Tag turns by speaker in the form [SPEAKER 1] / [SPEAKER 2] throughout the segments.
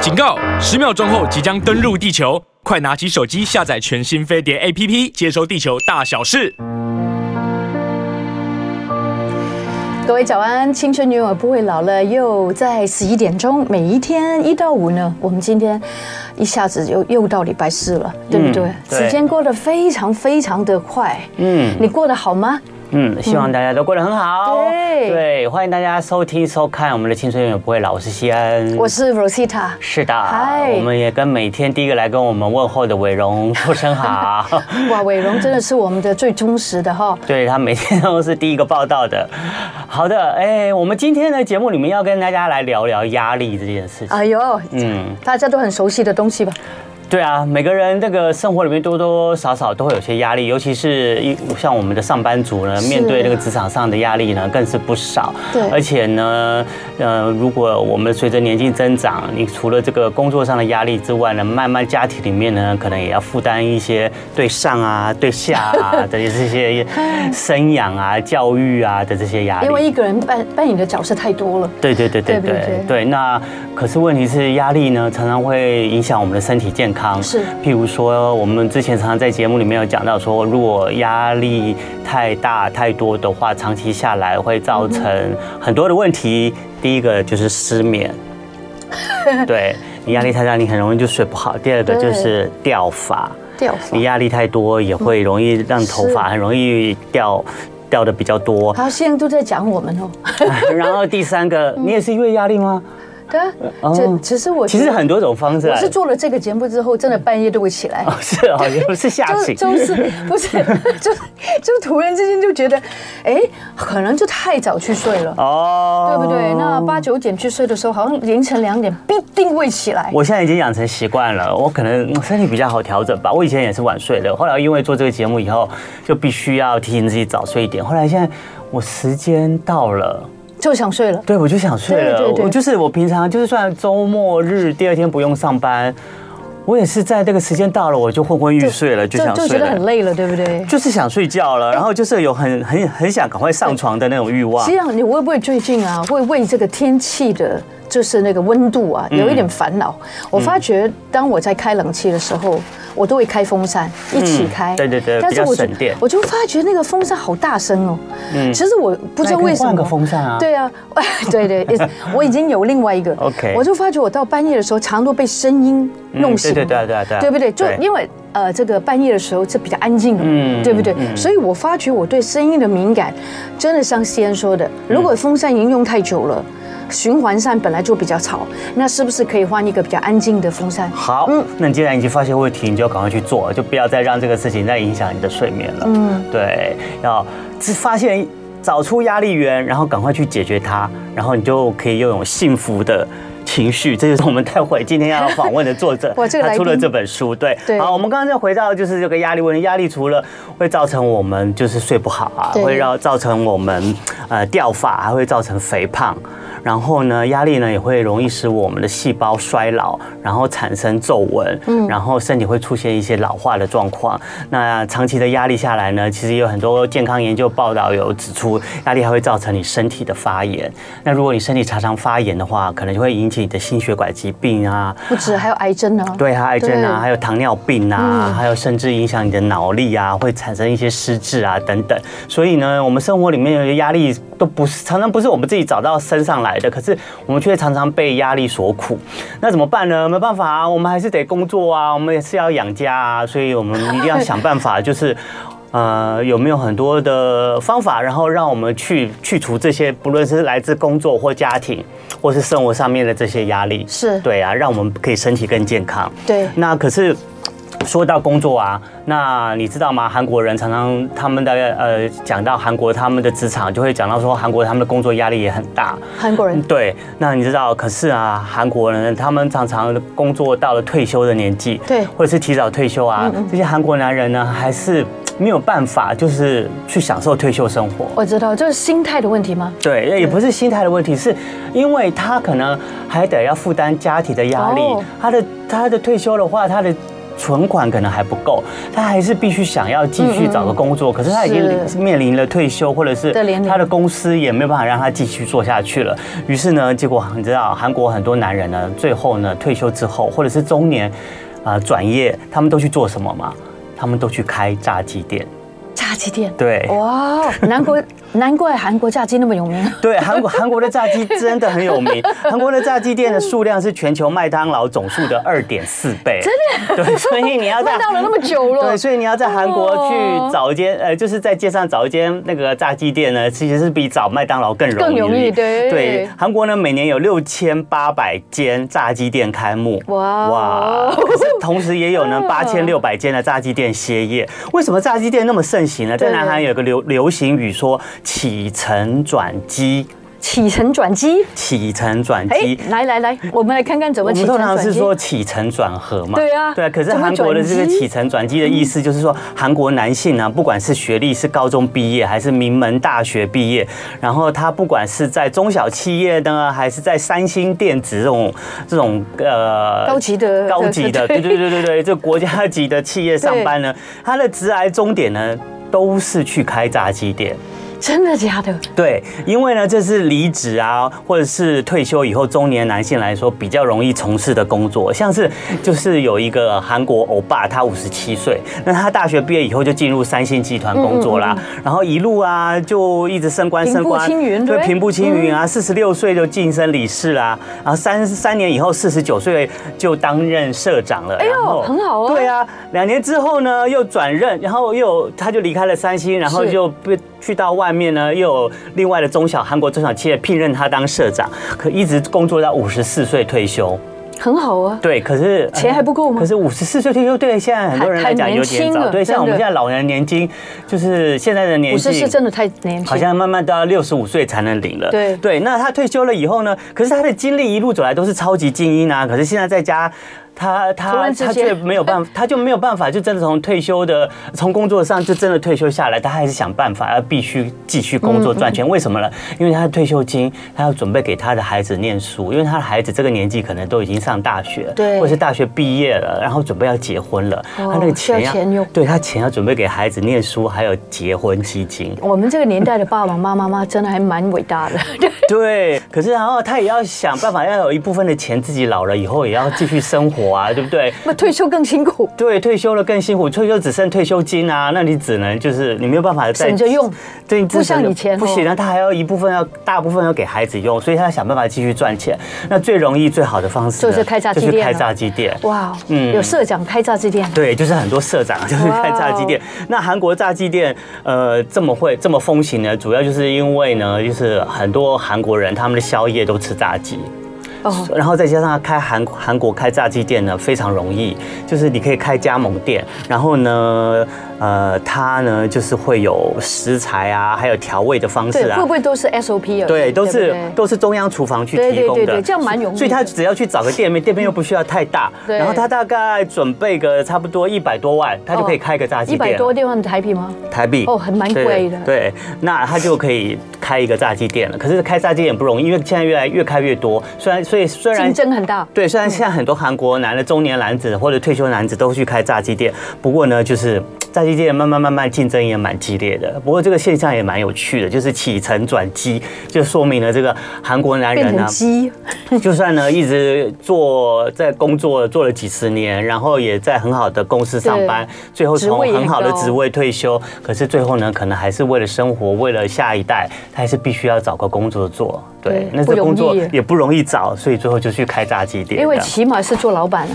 [SPEAKER 1] 警告！十秒钟后即将登陆地球，快拿起手机下载全新飞碟 APP，接收地球大小事。
[SPEAKER 2] 各位早安，青春永远不会老了。又在十一点钟，每一天一到五呢，我们今天一下子又又到礼拜四了，对不对？
[SPEAKER 3] 嗯对
[SPEAKER 2] 时间过得非常非常的快。
[SPEAKER 3] 嗯
[SPEAKER 2] 你过得好吗？
[SPEAKER 3] 嗯，希望大家都过得很好。
[SPEAKER 2] 嗯对
[SPEAKER 3] 对，欢迎大家收听收看我们的《青春永远不会老》，我是西安。
[SPEAKER 2] 我是 Rosita。
[SPEAKER 3] 是的
[SPEAKER 2] 嗨，
[SPEAKER 3] 我们也跟每天第一个来跟我们问候的伟荣说声 好。
[SPEAKER 2] 哇，伟荣真的是我们的最忠实的哈、
[SPEAKER 3] 对他每天都是第一个报道的。好的，哎，我们今天的节目里面要跟大家来聊聊压力这件事情。
[SPEAKER 2] 哎呦，
[SPEAKER 3] 嗯，
[SPEAKER 2] 大家都很熟悉的东西吧？
[SPEAKER 3] 对啊，每个人这个生活里面多多少少都会有些压力，尤其是一像我们的上班族呢，
[SPEAKER 2] 是
[SPEAKER 3] 面对这个职场上的压力呢，更是不少。
[SPEAKER 2] 对
[SPEAKER 3] 而且呢，呃，如果我们随着年纪增长，你除了这个工作上的压力之外呢，慢慢家庭里面呢，可能也要负担一些对上啊、对下啊的这 些生养啊、教育啊的这些压力。
[SPEAKER 2] 因为一个人扮扮演的角色太多了。
[SPEAKER 3] 对对对
[SPEAKER 2] 对
[SPEAKER 3] 对对
[SPEAKER 2] 不对
[SPEAKER 3] 对那可是问题是压力呢，常常会影响我们的身体健康。
[SPEAKER 2] 是
[SPEAKER 3] 譬如说我们之前常常在节目里面有讲到说，如果压力太大太多的话，长期下来会造成很多的问题。第一个就是失眠， 对你压力太大，你很容易就睡不好。第二个
[SPEAKER 2] 对
[SPEAKER 3] 就是掉发。
[SPEAKER 2] 掉发
[SPEAKER 3] 你，压力太多也会容易让头
[SPEAKER 2] 是
[SPEAKER 3] 发很容易掉掉的比 较多，
[SPEAKER 2] 好，现在都在讲我们哦。
[SPEAKER 3] 然后第三个，你也是因为压力吗？
[SPEAKER 2] 对啊，这其实我
[SPEAKER 3] 嗯其实很多种方式
[SPEAKER 2] 我
[SPEAKER 3] 啊，
[SPEAKER 2] 是做了这个节目之后，真的半夜都会起来。
[SPEAKER 3] 是 哦，也不是下
[SPEAKER 2] 就
[SPEAKER 3] 棋，
[SPEAKER 2] 就是 不是 就就突然之间就觉得，哎，可能就太早去睡了，
[SPEAKER 3] 哦，
[SPEAKER 2] 对不对？那八九点去睡的时候，好像凌晨两点必定会起来。
[SPEAKER 3] 我现在已经养成习惯了，我可能嗯身体比较好调整吧。我以前也是晚睡的，后来因为做这个节目以后，就必须要提醒自己早睡一点。后来现在我时间到了。
[SPEAKER 2] 就想睡了。
[SPEAKER 3] 对，我就想睡了。
[SPEAKER 2] 对对对
[SPEAKER 3] 我就是我平常就是算周末日第二天不用上班，我也是在这个时间到了，我就昏昏欲睡了，就想
[SPEAKER 2] 就觉
[SPEAKER 3] 睡
[SPEAKER 2] 得很
[SPEAKER 3] 了，
[SPEAKER 2] 累了，对不对？
[SPEAKER 3] 就是想睡觉了。然后就是有很很很想赶快上床的那种欲望
[SPEAKER 2] 实际。啊上，你会不会最近啊，会为这个天气的，就是那个温度啊，
[SPEAKER 3] 嗯
[SPEAKER 2] 有一点烦恼？我发觉，当我在开冷气的时候，我都会开风扇一起开。
[SPEAKER 3] 嗯对对对
[SPEAKER 2] 但是我
[SPEAKER 3] 比较
[SPEAKER 2] 就
[SPEAKER 3] 省电嗯
[SPEAKER 2] 我就发觉那个风扇好大声哦。其实我不知道
[SPEAKER 3] 那你可以
[SPEAKER 2] 为什么。
[SPEAKER 3] 换个风扇啊
[SPEAKER 2] 对啊， 对 对，也是我已经有另外一个。
[SPEAKER 3] OK
[SPEAKER 2] 我就发觉我到半夜的时候，常都被声音弄醒。
[SPEAKER 3] 嗯对对对对对对
[SPEAKER 2] 对不对？就
[SPEAKER 3] 对
[SPEAKER 2] 因为呃，这个半夜的时候是比较安静的，
[SPEAKER 3] 嗯
[SPEAKER 2] 对不对？所以我发觉我对声音的敏感，真的像西安说的，如果风扇已经用太久了。循环扇本来就比较吵，那是不是可以换一个比较安静的风扇？
[SPEAKER 3] 好，
[SPEAKER 2] 嗯
[SPEAKER 3] 那你既然已经发现问题，你就要赶快去做，就不要再让这个事情再影响你的睡眠了。嗯，对，要只发现找出压力源，然后赶快去解决它，然后你就可以拥有幸福的。情绪，这就是我们待会今天要访问的作者
[SPEAKER 2] 哇这个来
[SPEAKER 3] 他
[SPEAKER 2] 宾
[SPEAKER 3] 出了这本书，对，
[SPEAKER 2] 对
[SPEAKER 3] 好，我们刚刚再回到就是这个压力问题，压力除了会造成我们就是睡不好啊，
[SPEAKER 2] 对
[SPEAKER 3] 会让造成我们呃掉发，还会造成肥胖。然后呢，压力呢也会容易使我们的细胞衰老，然后产生皱纹，然后身体会出现一些老化的状况。那长期的压力下来呢，其实有很多健康研究报道有指出，压力还会造成你身体的发炎。那如果你身体常常发炎的话，可能就会引起你的心血管疾病啊，
[SPEAKER 2] 不止，还有癌症啊。
[SPEAKER 3] 对，还有癌症
[SPEAKER 2] 对
[SPEAKER 3] 啊，还有糖尿病啊，还有甚至影响你的脑力啊，会产生一些失智啊等等。所以呢，我们生活里面的压力都不是常常不是我们自己找到身上来的，可是我们却常常被压力所苦。那怎么办呢？没办法啊，我们还是得工作啊，我们也是要养家啊，所以我们一定要想办法，就是。 呃，有没有很多的方法，然后让我们去去除这些，不论是来自工作或家庭，或是生活上面的这些压力？
[SPEAKER 2] 是
[SPEAKER 3] 对啊，让我们可以身体更健康。
[SPEAKER 2] 对
[SPEAKER 3] 那可是。说到工作啊，那你知道吗？韩国人常常他们的呃讲到韩国他们的职场，就会讲到说韩国他们的工作压力也很大。
[SPEAKER 2] 韩国人
[SPEAKER 3] 对，那你知道，可是啊，韩国人他们常常工作到了退休的年纪，
[SPEAKER 2] 对嗯
[SPEAKER 3] 或者是提早退休啊，这些韩国男人呢，还是没有办法，就是去享受退休生活。
[SPEAKER 2] 我知道，就是心态的问题吗？
[SPEAKER 3] 对，也不是心态的问题，是因为他可能还得要负担家庭的压力
[SPEAKER 2] 哦。
[SPEAKER 3] 他的他的退休的话，他的存款可能还不够，他还是必须想要继续找个工作，可是他已经
[SPEAKER 2] 嗯是
[SPEAKER 3] 面临了退休，或者是
[SPEAKER 2] 的年龄
[SPEAKER 3] 他的公司也没有办法让他继续做下去了。于是呢，结果你知道，韩国很多男人呢，最后呢退休之后，或者是中年，啊、转业，他们都去做什么吗？他们都去开炸鸡店。
[SPEAKER 2] 炸鸡店，
[SPEAKER 3] 对，
[SPEAKER 2] 哇哦，难怪难怪韩国炸鸡那么有名。
[SPEAKER 3] 对，韩国韩国的炸鸡真的很有名。韩国的炸鸡店的数量是全球麦当劳总数的二点四倍。真 的？对，所以你要在
[SPEAKER 2] 麦当劳哦那么久了
[SPEAKER 3] 对，所以你要在韩国去找一间，呃，就是在街上找一间那个炸鸡店呢，其实是比找麦当劳更容易。
[SPEAKER 2] 更容易对
[SPEAKER 3] 对，韩国呢每年有六千八百间炸鸡店开幕。
[SPEAKER 2] 哇哦嗯
[SPEAKER 3] 可是同时 也有呢八千六百间的炸鸡店歇业。为什么炸鸡店那么盛行呢？在
[SPEAKER 2] 对
[SPEAKER 3] 南韩有个流流行语说“起承转机”。
[SPEAKER 2] 起承转机，
[SPEAKER 3] 起承转
[SPEAKER 2] 哎
[SPEAKER 3] 机。，
[SPEAKER 2] 来来来，我们来看看怎
[SPEAKER 3] 我
[SPEAKER 2] 么
[SPEAKER 3] 们
[SPEAKER 2] 起
[SPEAKER 3] 通
[SPEAKER 2] 承
[SPEAKER 3] 常
[SPEAKER 2] 转
[SPEAKER 3] 是
[SPEAKER 2] 机。
[SPEAKER 3] 说起承转合嘛，
[SPEAKER 2] 对啊
[SPEAKER 3] 对啊。可是
[SPEAKER 2] 怎么
[SPEAKER 3] 韩国的这个
[SPEAKER 2] 转机
[SPEAKER 3] 起承转机的意思，就是说韩国男性啊呢、不管是学历是高中毕业，还是名门大学毕业，然后他不管是在中小企业呢，还是在三星电子这种这种呃
[SPEAKER 2] 高级的
[SPEAKER 3] 高级的，对
[SPEAKER 2] 对
[SPEAKER 3] 对对对对，这国家级的企业上班呢，他的职涯终点呢，都是去开炸鸡店。
[SPEAKER 2] 真的假的？
[SPEAKER 3] 对，因为呢，这是离职啊，或者是退休以后中年男性来说比较容易从事的工作，像是就是有一个韩国欧巴，他五十七岁，那他大学毕业以后就进入三星集团工作啦，然后一路啊就一直升官
[SPEAKER 2] 嗯平步
[SPEAKER 3] 升官，
[SPEAKER 2] 青云
[SPEAKER 3] 对
[SPEAKER 2] 对，嗯
[SPEAKER 3] 平步青云啊，四十六岁就晋升理事啦，然后三三年以后四十九岁就担任社长了，哎
[SPEAKER 2] 呦很好哦
[SPEAKER 3] 对啊，两年之后呢又转任，然后又有他就离开了三星，然后
[SPEAKER 2] 是
[SPEAKER 3] 就。就被去到外面呢，又有另外的中小韩国中小企业聘任他当社长，可一直工作到五十四岁退休。
[SPEAKER 2] 很好啊，
[SPEAKER 3] 对，可是呃
[SPEAKER 2] 钱还不够吗
[SPEAKER 3] 可是五十四岁退休，对现在很多人来讲有
[SPEAKER 2] 还太
[SPEAKER 3] 点
[SPEAKER 2] 年轻
[SPEAKER 3] 早。
[SPEAKER 2] 了
[SPEAKER 3] 对，像我们
[SPEAKER 2] 真的
[SPEAKER 3] 现在老人年金，就是现在的年
[SPEAKER 2] 五十
[SPEAKER 3] 纪，
[SPEAKER 2] 是真的太年
[SPEAKER 3] 好
[SPEAKER 2] 轻。
[SPEAKER 3] 像慢慢到六十五岁才能领了。
[SPEAKER 2] 对
[SPEAKER 3] 对，那他退休了以后呢？可是他的经历一路走来都是超级精英啊，可是现在在家。他
[SPEAKER 2] 突
[SPEAKER 3] 他
[SPEAKER 2] 然之
[SPEAKER 3] 他
[SPEAKER 2] 间
[SPEAKER 3] 却没 有办法，他就没有办法，就真的从退休的从工作上就真的退休下来，他还是想办法要呃必须继续工作赚
[SPEAKER 2] 嗯
[SPEAKER 3] 钱。为什么呢？因为他的退休金，他要准备给他的孩子念书，因为他的孩子这个年纪可能都已经上大学，
[SPEAKER 2] 对
[SPEAKER 3] 或者是大学毕业了，然后准备要结婚了，他
[SPEAKER 2] 哦
[SPEAKER 3] 那个
[SPEAKER 2] 需要
[SPEAKER 3] 钱
[SPEAKER 2] 钱
[SPEAKER 3] 要
[SPEAKER 2] 用
[SPEAKER 3] 对他钱要准备给孩子念书，还有结婚基金。
[SPEAKER 2] 我们这个年代的爸爸妈妈妈真的还蛮伟大 的，
[SPEAKER 3] 对，可是然后他也要想办法，要有一部分的钱自己老了以后也要继续生活啊，对 不对？
[SPEAKER 2] 那退休更辛苦。
[SPEAKER 3] 对，退休了更辛苦，退休只剩退休金啊，那你只能就是你没有办法再
[SPEAKER 2] 省着用，
[SPEAKER 3] 对，你只
[SPEAKER 2] 不像
[SPEAKER 3] 省着
[SPEAKER 2] 以前
[SPEAKER 3] 不
[SPEAKER 2] 哦
[SPEAKER 3] 行啊，他还要一部分要大部分要给孩子用，所以他要想办法继续赚钱。那最容易最好的方式呢
[SPEAKER 2] 就是开炸鸡
[SPEAKER 3] 就是
[SPEAKER 2] 店啊
[SPEAKER 3] 开
[SPEAKER 2] 了
[SPEAKER 3] 炸鸡店。
[SPEAKER 2] 哇，哦
[SPEAKER 3] 嗯
[SPEAKER 2] 有社长开炸鸡店，
[SPEAKER 3] 对，就是很多社长啊就是开炸鸡店。
[SPEAKER 2] 哦
[SPEAKER 3] 那韩国炸鸡店，呃，这么会这么风行呢，主要就是因为呢，就是很多韩国人他们的宵夜都吃炸鸡。
[SPEAKER 2] 哦，
[SPEAKER 3] 然后再加上开韩韩国开炸鸡店呢，非常容易，就是你可以开加盟店，然后呢，呃，它呢就是会有食材啊，还有调味的方式
[SPEAKER 2] 对，
[SPEAKER 3] 啊
[SPEAKER 2] 会不。会都是 SOP 啊？
[SPEAKER 3] 对，都是
[SPEAKER 2] 不对
[SPEAKER 3] 都是中央厨房去
[SPEAKER 2] 对对
[SPEAKER 3] 提供的，
[SPEAKER 2] 对对这样蛮容易的
[SPEAKER 3] 所以他只要去找个店面，店面又不需要太大，
[SPEAKER 2] 对
[SPEAKER 3] 然后他大概准备个差不多一百多万，他就可以开个炸鸡
[SPEAKER 2] 哦一
[SPEAKER 3] 店
[SPEAKER 2] 百
[SPEAKER 3] 了。
[SPEAKER 2] 多地方台币吗？
[SPEAKER 3] 台币
[SPEAKER 2] 哦很蛮
[SPEAKER 3] 对
[SPEAKER 2] 贵的
[SPEAKER 3] 对，那他就可以开一个炸鸡店了。可是开炸鸡店也不容易，因为现在越来越开越多，虽然所以虽
[SPEAKER 2] 竞
[SPEAKER 3] 然
[SPEAKER 2] 争很大。
[SPEAKER 3] 对，虽然现在很多韩国男的中年男子或者退休男子都去开炸鸡店，不过呢，就是炸鸡店慢慢慢慢竞争也蛮激烈的。不过这个现象也蛮有趣的，就是起承转机，就说明了这个韩国男
[SPEAKER 2] 变
[SPEAKER 3] 人
[SPEAKER 2] 成
[SPEAKER 3] 呢、
[SPEAKER 2] 鸡，
[SPEAKER 3] 就算呢一直做在工作做了几十年，然后也在很好的公司上班，最后
[SPEAKER 2] 职
[SPEAKER 3] 从
[SPEAKER 2] 位也
[SPEAKER 3] 很好的
[SPEAKER 2] 高
[SPEAKER 3] 职位退休，可是最后呢，可能还是为了生活，为了下一代，他还是必须要找个工作做。对
[SPEAKER 2] 对，
[SPEAKER 3] 那
[SPEAKER 2] 不
[SPEAKER 3] 这工
[SPEAKER 2] 容
[SPEAKER 3] 作
[SPEAKER 2] 易耶
[SPEAKER 3] 也不容易找，所以最后就去开炸鸡店这样。
[SPEAKER 2] 因为起码是做老板啊，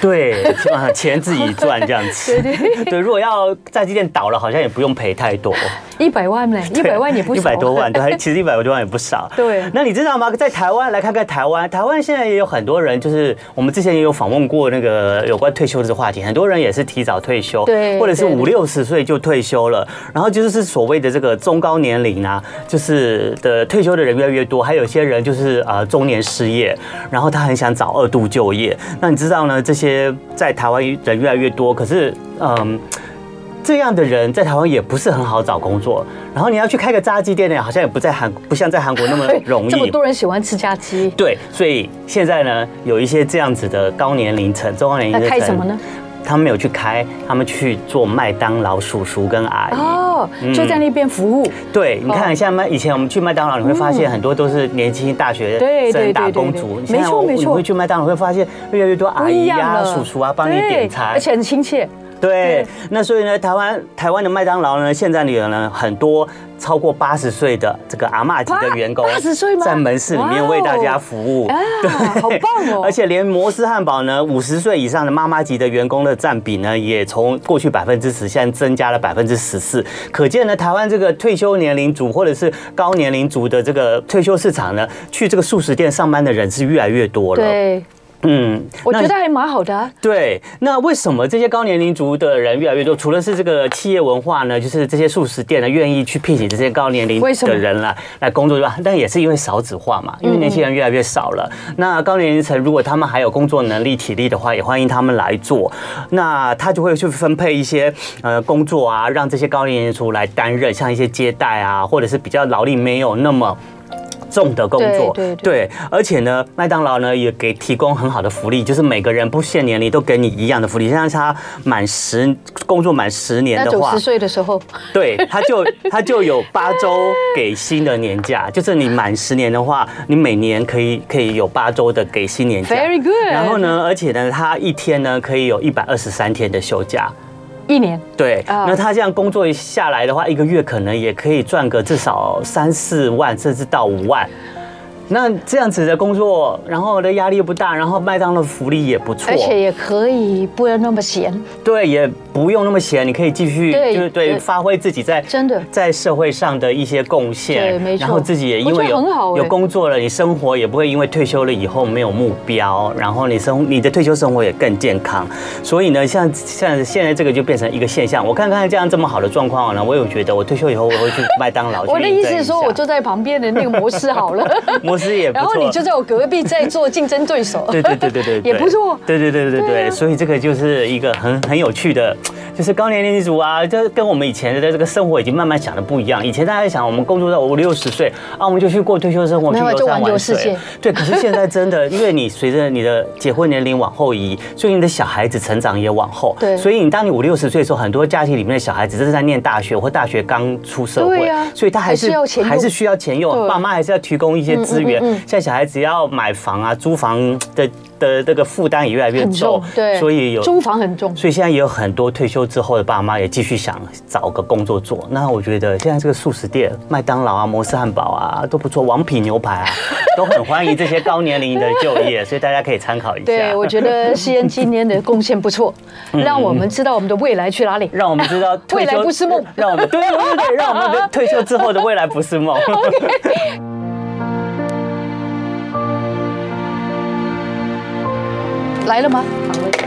[SPEAKER 3] 对，基本上钱自己赚这样子。对 对如果要炸鸡店倒了，好像也不用赔太多，
[SPEAKER 2] 一百万呢， 一百万也不
[SPEAKER 3] 啊一
[SPEAKER 2] 少，
[SPEAKER 3] 百多 万，对，其实一百多万也不少。
[SPEAKER 2] 对
[SPEAKER 3] 那你知道吗？在台湾来看看台湾，台湾现在也有很多人，就是我们之前也有访问过那个 有关退休的话题，很多人也是提早退休，
[SPEAKER 2] 对
[SPEAKER 3] 或者是
[SPEAKER 2] 对对
[SPEAKER 3] 五六十岁就退休了，然后就是所谓的这个中高年龄啊，就是的退休的人越来越多，还有些人就是呃中年失业，然后他很想找二度就业。那你知道呢？这些在台湾人越来越多，可是嗯。这样的人在台湾也不是很好找工作，然后你要去开个炸鸡店呢，好像也不在韩，不像在韩国 那么容易。
[SPEAKER 2] 这么多人喜欢吃炸鸡，
[SPEAKER 3] 对，所以现在呢，有一些这样子的高年龄层、中高年龄
[SPEAKER 2] 那
[SPEAKER 3] 层，
[SPEAKER 2] 开什么呢？
[SPEAKER 3] 他们没有去开，他们去做麦当劳叔叔跟阿姨。
[SPEAKER 2] 哦，
[SPEAKER 3] 嗯
[SPEAKER 2] 就在那边服务。
[SPEAKER 3] 对，你看，像麦以前我们去麦当劳，你会发现很多都是年轻大学
[SPEAKER 2] 对对
[SPEAKER 3] 生
[SPEAKER 2] 对
[SPEAKER 3] 打工
[SPEAKER 2] 对
[SPEAKER 3] 族。
[SPEAKER 2] 对
[SPEAKER 3] 你现在
[SPEAKER 2] 没错
[SPEAKER 3] 我
[SPEAKER 2] 没错
[SPEAKER 3] 你会去麦当劳，会发现越来越多
[SPEAKER 2] 不
[SPEAKER 3] 阿
[SPEAKER 2] 一
[SPEAKER 3] 姨
[SPEAKER 2] 样
[SPEAKER 3] 呀、
[SPEAKER 2] 了，
[SPEAKER 3] 叔叔啊，帮你
[SPEAKER 2] 对
[SPEAKER 3] 点餐，
[SPEAKER 2] 而且很亲切。
[SPEAKER 3] 对
[SPEAKER 2] 对，
[SPEAKER 3] 那所以呢，台湾台湾的麦当劳呢，现在有呢很多超过八十岁的这个阿嬷级的员工，
[SPEAKER 2] 80岁吗
[SPEAKER 3] 在门市里面为大家服务哎
[SPEAKER 2] 哇哦啊。好棒哦
[SPEAKER 3] 而且连摩斯汉堡呢，五十岁以上的妈妈级的员工的占比呢，也从过去百分之十，现在增加了百分之十四。可见呢，台湾这个退休年龄组或者是高年龄组的这个退休市场呢，去这个素食店上班的人是越来越多了。，
[SPEAKER 2] 对，
[SPEAKER 3] 嗯，
[SPEAKER 2] 我
[SPEAKER 3] 那
[SPEAKER 2] 觉得还蛮好的啊。
[SPEAKER 3] 对，那为什么这些高年龄族的人越来越多？除了是这个企业文化呢，就是这些素食店呢愿意去聘请这些高年龄
[SPEAKER 2] 为什么
[SPEAKER 3] 的人来来工作，对吧？但也是因为少子化嘛，因为年轻人越来越少了。
[SPEAKER 2] 嗯
[SPEAKER 3] 那高年龄层如果他们还有工作能力、体力的话，也欢迎他们来做。那他就会去分配一些呃工作啊，让这些高年龄族来担任，像一些接待啊，或者是比较劳力没有那么。重的工作，
[SPEAKER 2] 对对对
[SPEAKER 3] 对，而且呢，麦当劳呢也给提供很好的福利，就是每个人不限年龄都给你一样的福利。像他满十工作满十年
[SPEAKER 2] 那
[SPEAKER 3] 的
[SPEAKER 2] 九
[SPEAKER 3] 话
[SPEAKER 2] 十，岁的时候，
[SPEAKER 3] 对，他就他就有八周给新的年假，就是你满十年的话，你每年可以可以有八周的给新年假。
[SPEAKER 2] Very good
[SPEAKER 3] 然后呢，而且呢，他一天呢可以有一百二十三天的休假。
[SPEAKER 2] 一年
[SPEAKER 3] 对，
[SPEAKER 2] 啊
[SPEAKER 3] 那他这样工作下来的话，一个月可能也可以赚个至少三四万，甚至到五万。那这样子的工作，然后的压力又不大，然后麦当劳的福利也不错
[SPEAKER 2] 而，且也可以不要那么闲。
[SPEAKER 3] 对，也不用那么闲，你可以继续
[SPEAKER 2] 对
[SPEAKER 3] 就是对
[SPEAKER 2] 对
[SPEAKER 3] 发挥自己在
[SPEAKER 2] 真的
[SPEAKER 3] 在社会上的一些贡献，
[SPEAKER 2] 对没错
[SPEAKER 3] 然后自己也因
[SPEAKER 2] 我
[SPEAKER 3] 为
[SPEAKER 2] 觉得
[SPEAKER 3] 有
[SPEAKER 2] 很好欸
[SPEAKER 3] 有工作了，你生活也不会因为退休了以后没有目标，然后你生你的退休生活也更健康。所以呢，像像现在这个就变成一个现象。我看看这样这么好的状况呢，我有觉得我退休以后我会去麦当劳。
[SPEAKER 2] 我的
[SPEAKER 3] 去应
[SPEAKER 2] 意
[SPEAKER 3] 征
[SPEAKER 2] 思
[SPEAKER 3] 一
[SPEAKER 2] 是说，
[SPEAKER 3] 下
[SPEAKER 2] 我就在旁边的那个模式好 了，
[SPEAKER 3] 摩斯也不
[SPEAKER 2] 然
[SPEAKER 3] 错，
[SPEAKER 2] 后你就在我隔壁在做竞争对手。
[SPEAKER 3] 对对对对对，对
[SPEAKER 2] 也不错
[SPEAKER 3] 对对对对对
[SPEAKER 2] 对
[SPEAKER 3] 对，
[SPEAKER 2] 啊
[SPEAKER 3] 所以这个就是一个很很有趣的，就是高年龄族啊，就是跟我们以前的这个生活已经慢慢想的不一样。以前大家想我们工作到五六十岁啊，我们就去过退休生活，
[SPEAKER 2] 没
[SPEAKER 3] 去
[SPEAKER 2] 有
[SPEAKER 3] 游
[SPEAKER 2] 就
[SPEAKER 3] 山
[SPEAKER 2] 环游
[SPEAKER 3] 玩
[SPEAKER 2] 世
[SPEAKER 3] 水
[SPEAKER 2] 界。
[SPEAKER 3] 对，可是现在真 的，因为你随着你的结婚年龄往后移，所以你的小孩子成长也往后。
[SPEAKER 2] 对
[SPEAKER 3] 所以你当你五六十岁的时候，很多家庭里面的小孩子正是在念大学或大学刚出社会
[SPEAKER 2] 对啊，
[SPEAKER 3] 所以他还
[SPEAKER 2] 还
[SPEAKER 3] 是
[SPEAKER 2] 是要钱用
[SPEAKER 3] 还是需要钱用，
[SPEAKER 2] 对嗯
[SPEAKER 3] 爸妈还是要提供一些资源。现在小孩子要买房啊、租房的的这个负担也越来越
[SPEAKER 2] 很
[SPEAKER 3] 重
[SPEAKER 2] 重，，对，
[SPEAKER 3] 所以有。
[SPEAKER 2] 租房很重，
[SPEAKER 3] 所以现在也有很多退休之后的爸妈也继续想找个工作做。那我觉得现在这个素食店、麦当劳啊、摩斯汉堡啊都不错，王品牛 排啊都很欢迎这些高年龄的就业，所以大家可以参考一下。
[SPEAKER 2] 对，我觉得西恩今天的贡献不错，让我们知道我们的未来去哪里。
[SPEAKER 3] 嗯让我们知道退
[SPEAKER 2] 未
[SPEAKER 3] 休
[SPEAKER 2] 来不是梦
[SPEAKER 3] 让我们对对对对，让我们的退休之后的未来不是梦。
[SPEAKER 2] 来了吗？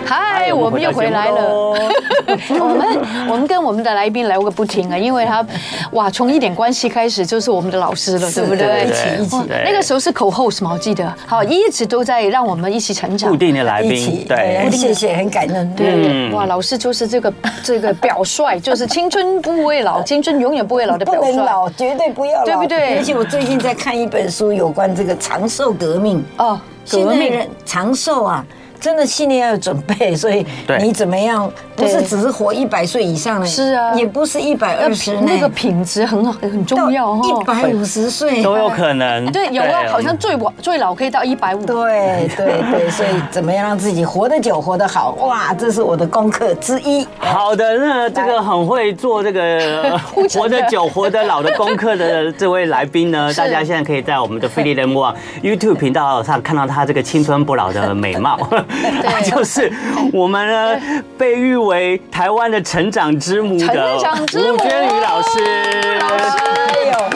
[SPEAKER 3] 哎
[SPEAKER 2] 嗨，我们又回来 了。
[SPEAKER 3] 我们回到节目 喽。
[SPEAKER 2] 我们我们跟我们的来宾聊个不停啊，因为他哇，从一点关系开始就是我们的老 师了，对不对？
[SPEAKER 3] 对对对
[SPEAKER 2] 哇
[SPEAKER 3] 对
[SPEAKER 2] 哦那个时候是口后什么，我记得好，一直都在让我们一起成长
[SPEAKER 3] 固。定的来
[SPEAKER 4] 一起
[SPEAKER 3] 宾，，对
[SPEAKER 4] 很，谢谢，很感恩。
[SPEAKER 2] 嗯对，
[SPEAKER 3] 嗯
[SPEAKER 2] 哇，老师就是这个 这个表率，就是青春不会老，青春永远不会老的
[SPEAKER 4] 不
[SPEAKER 2] 表
[SPEAKER 4] 能
[SPEAKER 2] 率。
[SPEAKER 4] 老，绝对不要老，
[SPEAKER 2] 对不对
[SPEAKER 4] 而且我最近在看一本书，有关这个长寿革命。
[SPEAKER 2] 哦，
[SPEAKER 4] 现
[SPEAKER 2] 革
[SPEAKER 4] 在
[SPEAKER 2] 命
[SPEAKER 4] 人长寿啊，真的心里要有准备，所以
[SPEAKER 3] 对
[SPEAKER 4] 你怎么样，不是
[SPEAKER 2] 对
[SPEAKER 4] 只是活一百岁以上呢，
[SPEAKER 2] 是啊
[SPEAKER 4] 也不是一百
[SPEAKER 2] 那
[SPEAKER 4] 二十
[SPEAKER 2] 呃那个品质很好很重要
[SPEAKER 4] 一
[SPEAKER 2] 哦。
[SPEAKER 4] 百五十岁
[SPEAKER 3] 都有。可能。
[SPEAKER 2] 对，有啊，好像最晚最老可以到一百五。
[SPEAKER 4] 对对对，所以怎么样让自己活得久、活得好？哇，这是我的功课之一。
[SPEAKER 3] 好的，那这个很会做 这个呃
[SPEAKER 2] 铺陈
[SPEAKER 3] 活
[SPEAKER 2] 的
[SPEAKER 3] 得久、活得老的功课的这位来宾呢，
[SPEAKER 2] 是
[SPEAKER 3] 大家现在可以在我们的飞利联播网 YouTube 频道上看到他这个青春不老的美 貌，他 就是我们呢被誉为台湾的成长之母的
[SPEAKER 2] 成长之母
[SPEAKER 3] 吴娟宇老师。
[SPEAKER 2] 老师
[SPEAKER 4] 哎呦，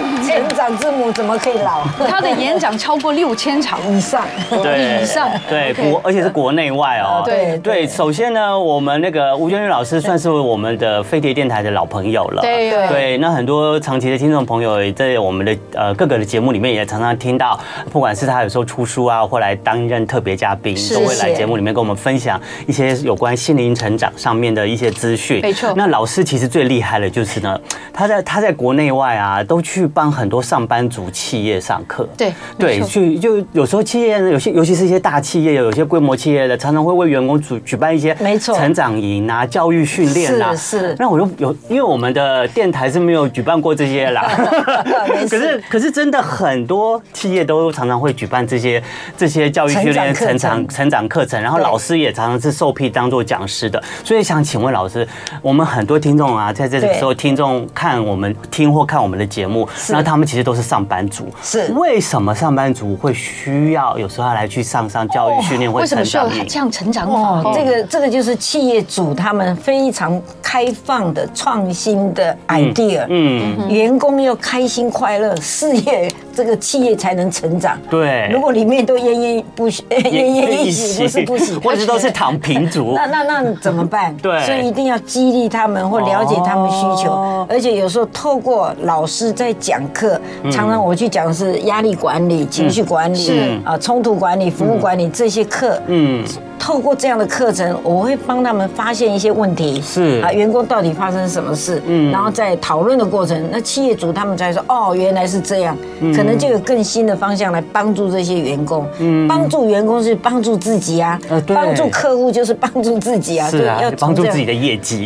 [SPEAKER 4] 成长之母怎么可以老？
[SPEAKER 2] 他的演讲超过六千场，
[SPEAKER 4] 以上，
[SPEAKER 3] 对
[SPEAKER 2] 以上
[SPEAKER 3] 对
[SPEAKER 2] OK
[SPEAKER 3] 国，而且是国内外哦。
[SPEAKER 2] 对
[SPEAKER 3] 对，首先呢，我们那个吴娟玉老师算是我们的飞碟电台的老朋友了。
[SPEAKER 2] 对对
[SPEAKER 3] 对，那很多长期的听众朋友也在我们的呃各个的节目里面也常常听到，不管是他有时候出书啊，或来担任特别嘉宾，
[SPEAKER 2] 是
[SPEAKER 3] 都会来
[SPEAKER 4] 谢谢
[SPEAKER 3] 节目里面跟我们分享一些有关心灵成长上面的一些资讯。
[SPEAKER 2] 没错
[SPEAKER 3] 那老师其实最厉害的就是呢，他在他在国内外啊，都去帮很多上班族企业上课。
[SPEAKER 2] 对没
[SPEAKER 3] 对，
[SPEAKER 2] 错
[SPEAKER 3] 去就有时候企业呢，有些尤其是一些大企业，有些规模企业的，常常会为员工举举办一些
[SPEAKER 4] 没错
[SPEAKER 3] 成长营啊、教育训练啊。
[SPEAKER 4] 是是。
[SPEAKER 3] 那我就有，因为我们的电台是没有举办过这些啦
[SPEAKER 4] 没事
[SPEAKER 3] 可是可是真的很多企业都常常会举办这些这些教育训练、成
[SPEAKER 4] 成长课程
[SPEAKER 3] 长成长课程，然后
[SPEAKER 4] 对
[SPEAKER 3] 老师也常常是受聘当做讲师的。所以想请问老师，我们很多听众啊，在这个
[SPEAKER 4] 对
[SPEAKER 3] 时候听众看我们听或看我们的节目，那他们其实都是上班族，
[SPEAKER 4] 是
[SPEAKER 3] 为什么上班族会需要有时候要来去上上教育训练或
[SPEAKER 2] 为什
[SPEAKER 3] 成
[SPEAKER 2] 么需要
[SPEAKER 3] 长营？
[SPEAKER 2] 这样成长法？
[SPEAKER 4] 哦，这个这个就是企业主他们非常开放的创新的 idea，
[SPEAKER 3] 嗯，
[SPEAKER 4] 员工要开心快乐，事业这个企业才能成长。
[SPEAKER 3] 对
[SPEAKER 4] 如果里面都奄奄 不息，奄奄一息不是不息，
[SPEAKER 3] 我一直都是躺平族
[SPEAKER 4] 那。那那怎么办？
[SPEAKER 3] 对
[SPEAKER 4] 所以一定要激励他们或了解他们需求，
[SPEAKER 3] 哦
[SPEAKER 4] 而且有时候透过老师在讲课，
[SPEAKER 3] 嗯
[SPEAKER 4] 常常我去讲的是压力管理、情绪管理、啊冲突管理、服务管理这些课，
[SPEAKER 3] 嗯，
[SPEAKER 4] 透过这样的课程，我会帮他们发现一些问题，
[SPEAKER 3] 是
[SPEAKER 4] 啊，员工到底发生什么事，
[SPEAKER 3] 嗯
[SPEAKER 4] 然后在讨论的过程，那企业主他们才说，哦，原来是这样，
[SPEAKER 3] 嗯
[SPEAKER 4] 可能就有更新的方向来帮助这些员工，
[SPEAKER 3] 嗯
[SPEAKER 4] 帮助员工是帮助自己啊
[SPEAKER 3] 呃，对
[SPEAKER 4] 帮助客户就是帮助自己啊，
[SPEAKER 3] 是啊
[SPEAKER 4] 对，要，
[SPEAKER 3] 帮助
[SPEAKER 4] 从这
[SPEAKER 3] 自己的业绩。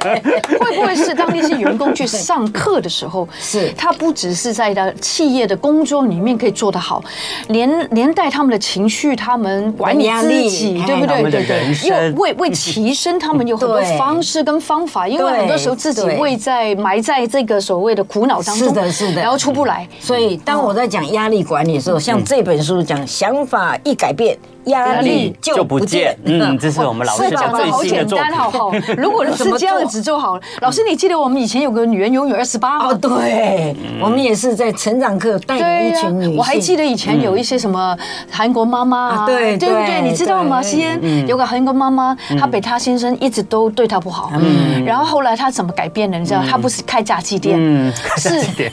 [SPEAKER 2] 会不会是当那些员工去上课的时候，
[SPEAKER 4] 是
[SPEAKER 2] 他不只是在的企业的工作里面可以做得好，连连带他们的情绪，他们管理
[SPEAKER 4] 压力
[SPEAKER 2] 自己，
[SPEAKER 4] 哎
[SPEAKER 2] 对不
[SPEAKER 3] 他
[SPEAKER 2] 对？
[SPEAKER 3] 们的
[SPEAKER 2] 对
[SPEAKER 3] 人
[SPEAKER 2] 对，
[SPEAKER 3] 生
[SPEAKER 2] 又为为提升他们有很多
[SPEAKER 4] 对
[SPEAKER 2] 方式跟方法，因为
[SPEAKER 4] 对
[SPEAKER 2] 很多时候自己
[SPEAKER 4] 对
[SPEAKER 2] 为在埋在这个所谓的苦恼当中，
[SPEAKER 4] 是的是的
[SPEAKER 2] 然后出不来。
[SPEAKER 4] 所以，当我在讲压力管理的时
[SPEAKER 3] 嗯
[SPEAKER 4] 候，像这本书讲，想法一改变，压
[SPEAKER 2] 压
[SPEAKER 4] 力
[SPEAKER 2] 力
[SPEAKER 4] 就不见。
[SPEAKER 3] 嗯，这是我们老师
[SPEAKER 2] 是吧
[SPEAKER 3] 的？
[SPEAKER 2] 这
[SPEAKER 3] 最
[SPEAKER 2] 好
[SPEAKER 3] 新的
[SPEAKER 2] 简
[SPEAKER 3] 作
[SPEAKER 2] 单，
[SPEAKER 3] 品。
[SPEAKER 2] 好好。如果是这样子就好 了。老师，你记得我们以前有个女人永远二十八吗
[SPEAKER 4] 哦，？对，
[SPEAKER 3] 嗯
[SPEAKER 4] 我们也是在成长课带领
[SPEAKER 2] 对
[SPEAKER 4] 一群女性。嗯
[SPEAKER 2] 我还记得以前有一些什么韩国妈妈
[SPEAKER 4] 啊
[SPEAKER 2] 啊，
[SPEAKER 4] 对
[SPEAKER 2] 对不
[SPEAKER 4] 对
[SPEAKER 2] 对？你知道吗？
[SPEAKER 4] 对嗯
[SPEAKER 2] 西安有个韩国妈妈，她被她先生一直都对她不好，
[SPEAKER 4] 嗯
[SPEAKER 2] 然后后来她怎么改变的？你知道，她不是开炸鸡店
[SPEAKER 3] 嗯，
[SPEAKER 2] 是，对，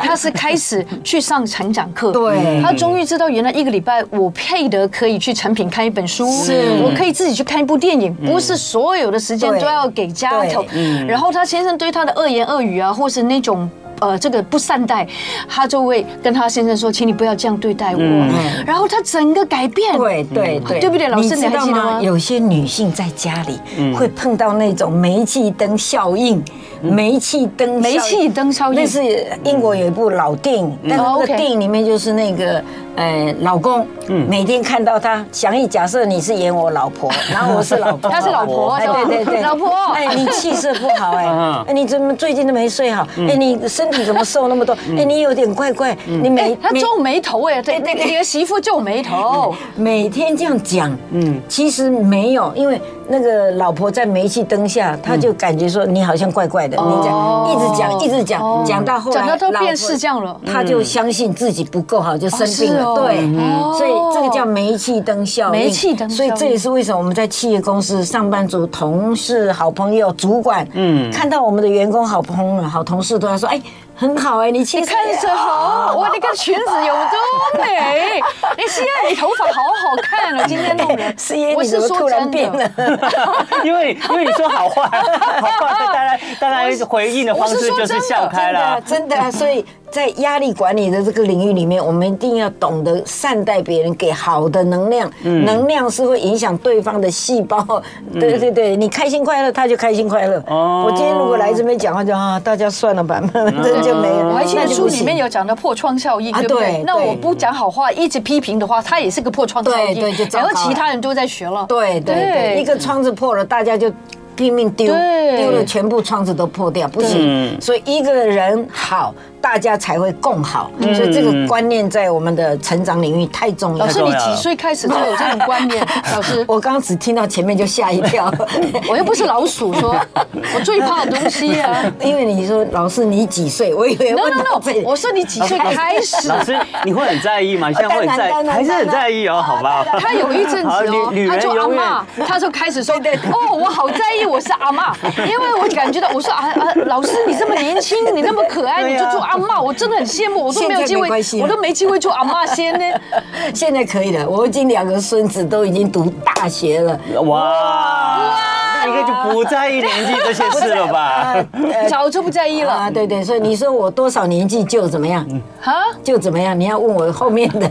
[SPEAKER 2] 她是开始去上成长课，
[SPEAKER 4] 对
[SPEAKER 2] 她终于知道原来一个礼拜我配得可以去成品看一本书，我可以自己去看一部电影，不是所有的时间
[SPEAKER 4] 嗯对
[SPEAKER 2] 都要给家
[SPEAKER 4] 对
[SPEAKER 2] 头。然后她先生对她的恶言恶语啊，或是那种。呃，这个不善待，她就会跟她先生说：“请你不要这样对待我。然后她整个改变，
[SPEAKER 4] 对对对，
[SPEAKER 2] 嗯对不对老师
[SPEAKER 4] 你知道
[SPEAKER 2] 你还记得
[SPEAKER 4] 吗？
[SPEAKER 2] 吗
[SPEAKER 4] 有些女性在家里
[SPEAKER 2] 嗯
[SPEAKER 4] 会碰到那种煤气灯效应，煤气灯效应
[SPEAKER 2] 煤气灯效应
[SPEAKER 4] 那是英国有一部老电影，但是
[SPEAKER 2] 哦
[SPEAKER 4] 那个
[SPEAKER 2] ，OK
[SPEAKER 4] 电影里面就是那个呃老公，
[SPEAKER 2] 嗯
[SPEAKER 4] 每天看到她，想一假设你是演我老 婆，然后我是老婆，
[SPEAKER 2] 她是老婆
[SPEAKER 4] 哎
[SPEAKER 2] 是吧
[SPEAKER 4] 对对对，
[SPEAKER 2] 老婆
[SPEAKER 4] 哎，你气色不好
[SPEAKER 3] 嗯
[SPEAKER 4] 哎，哎，你怎么最近都没睡好？
[SPEAKER 2] 嗯
[SPEAKER 4] 哎，你身体怎么瘦那么多？哎，你有点怪怪，你每
[SPEAKER 2] 哎，她
[SPEAKER 4] 每
[SPEAKER 2] 皱眉头哎，对，你的媳妇皱眉头，
[SPEAKER 4] 每天这样讲，嗯，其实没有，因为那个老婆在煤气灯下，她就感觉说你好像怪怪的，你讲
[SPEAKER 2] 哦
[SPEAKER 4] 一直讲一直
[SPEAKER 2] 哦
[SPEAKER 4] 讲，讲到后来，
[SPEAKER 2] 讲到都
[SPEAKER 4] 老婆
[SPEAKER 2] 变视障了嗯
[SPEAKER 4] 她就相信自己不够好，就生病
[SPEAKER 2] 哦是
[SPEAKER 4] 了。
[SPEAKER 2] 哦
[SPEAKER 4] 对
[SPEAKER 2] 嗯，
[SPEAKER 4] 所以这个叫煤气灯效应。
[SPEAKER 2] 煤气灯效
[SPEAKER 4] 所
[SPEAKER 2] 应
[SPEAKER 4] 以这也是为什么我们在企业公司上班族、同事、好朋友、主管，嗯，看到我们的员工、好朋友、好同事，都要说，哎，很好哎，你气
[SPEAKER 2] 你
[SPEAKER 4] 色
[SPEAKER 2] 看
[SPEAKER 4] 也
[SPEAKER 2] 着好， 哇，你个裙子有多美！哎，西安，你头发好好看哦，今天弄 的。
[SPEAKER 4] 是耶，你怎么突然变了？？
[SPEAKER 3] 因为因为你说好话，好话，大家大家回应的方式就是笑开了。
[SPEAKER 4] 真的啊，所以在压力管理的这个领域里面，我们一定要懂得善待别人，给好的能量。能量是会影响对方的细胞。对对对，你开心快乐，他就开心快乐。
[SPEAKER 3] 哦
[SPEAKER 4] 我今天如果来这边讲话就啊，大家算了吧，
[SPEAKER 2] 嗯
[SPEAKER 4] 这就没了。
[SPEAKER 2] 我还记得
[SPEAKER 4] 那就
[SPEAKER 2] 书
[SPEAKER 4] 不
[SPEAKER 2] 里
[SPEAKER 4] 行
[SPEAKER 2] 面有讲到破窗效应，
[SPEAKER 4] 啊
[SPEAKER 2] 对不
[SPEAKER 4] 对
[SPEAKER 2] 对？那
[SPEAKER 4] 对
[SPEAKER 2] 我不讲好话，一直批评的话，它也是个破窗效应。
[SPEAKER 4] 对对就糟
[SPEAKER 2] 然
[SPEAKER 4] 糕
[SPEAKER 2] 后其他人都在学了。
[SPEAKER 4] 对对对，一个窗子破了，大家就拼命丢，
[SPEAKER 2] 对
[SPEAKER 4] 丢了全部窗子都破掉，不行。所以一个人好，大家才会共好。所以这个观念在我们的成长领域太重要
[SPEAKER 2] 老
[SPEAKER 4] 了
[SPEAKER 2] 师，。你几岁开始就有这种观念？老 师，
[SPEAKER 4] 我刚刚只听到前面就吓一 跳，
[SPEAKER 2] 我又不是老鼠，说我最怕的东西 啊。
[SPEAKER 4] 因为你说老师你几岁，我以为
[SPEAKER 2] No
[SPEAKER 4] 问
[SPEAKER 2] no
[SPEAKER 4] 到这
[SPEAKER 2] no，
[SPEAKER 4] 里
[SPEAKER 2] 我说你几岁开始？
[SPEAKER 3] 老师，你会很在意吗？你现在会很在
[SPEAKER 4] 当
[SPEAKER 3] 意，
[SPEAKER 4] 然当然
[SPEAKER 3] 还是很在意哦，好不好？
[SPEAKER 2] 他有一阵子
[SPEAKER 3] 好
[SPEAKER 2] 哦
[SPEAKER 3] 女女，
[SPEAKER 2] 他
[SPEAKER 3] 人
[SPEAKER 2] 做阿
[SPEAKER 3] 永远
[SPEAKER 2] 妈，他就开始说：“哦，我好在意我是阿妈，因为我感觉到我说啊啊，老师你这么年轻，你那么可爱，
[SPEAKER 3] 对
[SPEAKER 2] 你
[SPEAKER 3] 呀
[SPEAKER 2] 就做阿妈，我真的很羡慕，我都没有机
[SPEAKER 4] 现在没
[SPEAKER 2] 会
[SPEAKER 4] 关系，啊
[SPEAKER 2] 我都没机会做阿妈先呢。
[SPEAKER 4] 现在可以了，我已经两个孙子都已经读大学了。
[SPEAKER 3] 哇，那应该就不在意年纪这些事了吧？
[SPEAKER 2] 早就不在意了
[SPEAKER 4] 呃啊，对对，所以你说我多少年纪就怎么样，
[SPEAKER 2] 啊！
[SPEAKER 4] 就怎么样。你要问我后面的，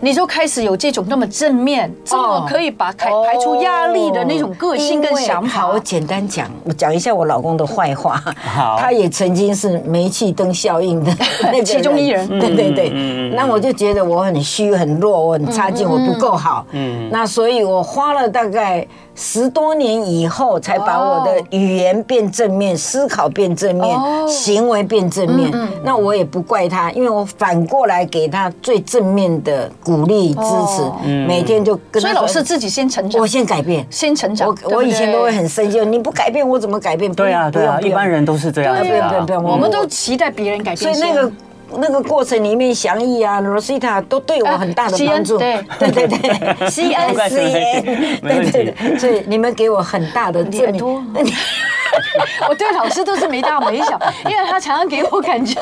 [SPEAKER 2] 你就开始有这种那么正
[SPEAKER 4] 哦
[SPEAKER 2] 面，这么可以把排排除压力的那种个性跟想法
[SPEAKER 4] 哦因为。我简单讲，我讲一下我老公的坏话。
[SPEAKER 3] 好
[SPEAKER 4] 他也曾经是煤气灯效应 的那个
[SPEAKER 2] 其中一人
[SPEAKER 4] 对对对。那我就觉得我很虚、很弱，我很差劲，我不够好。嗯。那所以我花了大概十多年以后，才把我的语言变正面，思考变正面
[SPEAKER 2] 哦，嗯
[SPEAKER 4] 行为变正面。那我也不怪他，因为我反过来给他最正面的鼓励支
[SPEAKER 2] 哦
[SPEAKER 4] 持，每天就跟
[SPEAKER 2] 所
[SPEAKER 4] 他
[SPEAKER 2] 以
[SPEAKER 4] 说
[SPEAKER 2] 老师自己先成长
[SPEAKER 4] 我，先改变。
[SPEAKER 2] 先成长。对不
[SPEAKER 4] 我
[SPEAKER 2] 对
[SPEAKER 4] 我以前都会很生气，你不改变我怎么改变？不
[SPEAKER 3] 对啊，
[SPEAKER 4] 用
[SPEAKER 3] 对啊，
[SPEAKER 4] 不用
[SPEAKER 3] 一般人都是这样
[SPEAKER 4] 不
[SPEAKER 3] 子
[SPEAKER 4] 用不
[SPEAKER 3] 啊
[SPEAKER 4] 用不。用，
[SPEAKER 2] 我们都期待别人改
[SPEAKER 4] 所
[SPEAKER 2] 变
[SPEAKER 4] 以
[SPEAKER 2] 先。
[SPEAKER 4] 那个。那个过程里面，祥义啊、Rosita 都对我很大的帮助。
[SPEAKER 2] 哎
[SPEAKER 4] 对 对对对，西安
[SPEAKER 3] 不怪
[SPEAKER 4] 西
[SPEAKER 3] 谁
[SPEAKER 4] 安，
[SPEAKER 3] 没问
[SPEAKER 4] 对
[SPEAKER 3] 题
[SPEAKER 4] 对对，所以你们给我很大的
[SPEAKER 2] 你耳
[SPEAKER 4] 正
[SPEAKER 2] 朵
[SPEAKER 4] 面。
[SPEAKER 2] 我对老师都是没大没小，因为他常常给我感觉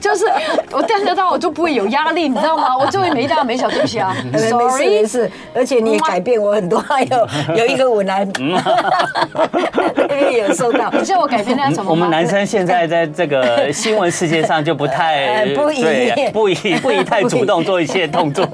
[SPEAKER 2] 就是我看得到我就不会有压力，你知道吗？我就会没大没小，对不起啊
[SPEAKER 4] 没事
[SPEAKER 2] ，sorry
[SPEAKER 4] 没。事，而且你也改变我很多，还有有一个我男， 那边有收 到，
[SPEAKER 2] 你知道我改变他什么吗？
[SPEAKER 3] 嗯我们男生现在在这个新闻世界上就不太
[SPEAKER 4] 哎不宜
[SPEAKER 3] 对不 宜不宜太主动做一些动作。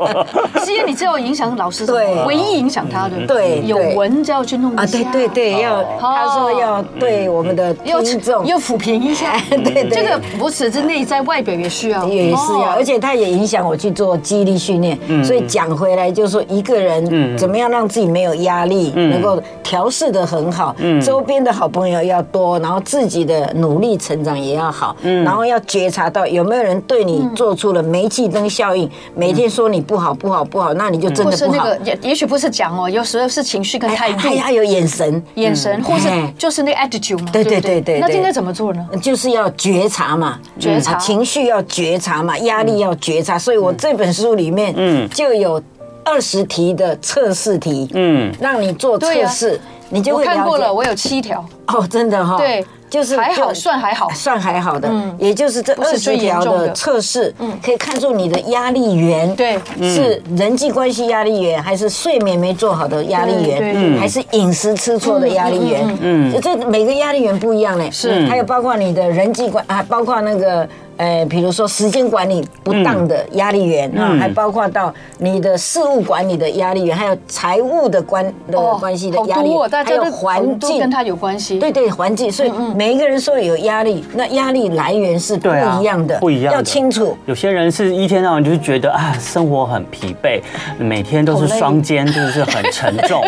[SPEAKER 2] 吸烟，你知道影响老师什么
[SPEAKER 4] 对
[SPEAKER 2] 唯一影响他的，
[SPEAKER 4] 对
[SPEAKER 2] 有
[SPEAKER 4] 对
[SPEAKER 2] 闻就要去弄一下
[SPEAKER 4] 啊，对对，对，要他说要对我们的
[SPEAKER 2] 要
[SPEAKER 4] 听众
[SPEAKER 2] 要抚平一下，
[SPEAKER 4] 对对
[SPEAKER 2] 这个不只是内在，外表也需要，
[SPEAKER 4] 也是
[SPEAKER 2] 哦嗯
[SPEAKER 4] 要，而且他也影响我去做记忆力训练。所以讲回来，就是说一个人怎么样让自己没有压力，能够调试的很好，
[SPEAKER 2] 嗯
[SPEAKER 4] 周边的好朋友要多，然后自己的努力成长也要好，
[SPEAKER 2] 嗯
[SPEAKER 4] 然后要觉察到有没有人对你做出了煤气灯效应，每天说你不好不好不好，那你就真
[SPEAKER 2] 不
[SPEAKER 4] 的
[SPEAKER 2] 是
[SPEAKER 4] 不
[SPEAKER 2] 那
[SPEAKER 4] 好。哎
[SPEAKER 2] 个，也也许不是讲哦，有时候是情绪跟态度
[SPEAKER 4] 还、还有眼神，
[SPEAKER 2] 眼神，或是
[SPEAKER 4] 哎
[SPEAKER 2] 就是那个 attitude 嘛，
[SPEAKER 4] 对
[SPEAKER 2] 对
[SPEAKER 4] 对
[SPEAKER 2] 不
[SPEAKER 4] 对对
[SPEAKER 2] 那
[SPEAKER 4] 对
[SPEAKER 2] 应该怎么做呢？
[SPEAKER 4] 就是要觉察嘛，
[SPEAKER 2] 觉察嗯
[SPEAKER 4] 啊情绪要觉察嘛，压力要觉察。所以我这本书里面，嗯，就有二十题的测试题，嗯，让你做
[SPEAKER 2] 对
[SPEAKER 4] 测
[SPEAKER 2] 啊
[SPEAKER 4] 试，你就
[SPEAKER 2] 我
[SPEAKER 4] 会
[SPEAKER 2] 看过了，
[SPEAKER 4] 了解。
[SPEAKER 2] 我有七条，
[SPEAKER 4] 哦，真的哈，
[SPEAKER 2] 对
[SPEAKER 4] 就是
[SPEAKER 2] 还好
[SPEAKER 4] 就
[SPEAKER 2] 算还好嗯
[SPEAKER 4] 算还好的，也就是这
[SPEAKER 2] 不
[SPEAKER 4] 二
[SPEAKER 2] 是
[SPEAKER 4] 十
[SPEAKER 2] 最严
[SPEAKER 4] 条
[SPEAKER 2] 重的嗯
[SPEAKER 4] 的测试，可以看出你的压力源，
[SPEAKER 2] 对
[SPEAKER 4] 是人际关系压力源，还是睡眠没做好的压力
[SPEAKER 2] 对对
[SPEAKER 4] 源，
[SPEAKER 2] 对
[SPEAKER 4] 还是饮食吃错的压力源，嗯，这每个压力源不一样嘞，
[SPEAKER 2] 是
[SPEAKER 4] 还有包括你的人际关，还包括那个。呃，比如说时间管理不当的压力源
[SPEAKER 2] 嗯
[SPEAKER 4] 啊，还包括到你的事务管理的压力源，还有财务的关的关系的
[SPEAKER 2] 好
[SPEAKER 4] 压力
[SPEAKER 2] 多哦，，大
[SPEAKER 4] 还
[SPEAKER 2] 家
[SPEAKER 4] 有
[SPEAKER 2] 都
[SPEAKER 4] 环
[SPEAKER 2] 都
[SPEAKER 4] 境
[SPEAKER 2] 跟他有关系，
[SPEAKER 4] 对对，环境，所
[SPEAKER 3] 嗯
[SPEAKER 4] 以每一个人说有压力，那压力来源是不
[SPEAKER 3] 对啊，
[SPEAKER 4] 一样的，
[SPEAKER 3] 不一样的
[SPEAKER 4] 要清楚。
[SPEAKER 3] 有些人是一天到晚就是觉得啊，生活很疲惫，每天都是双肩，就是很沉 重，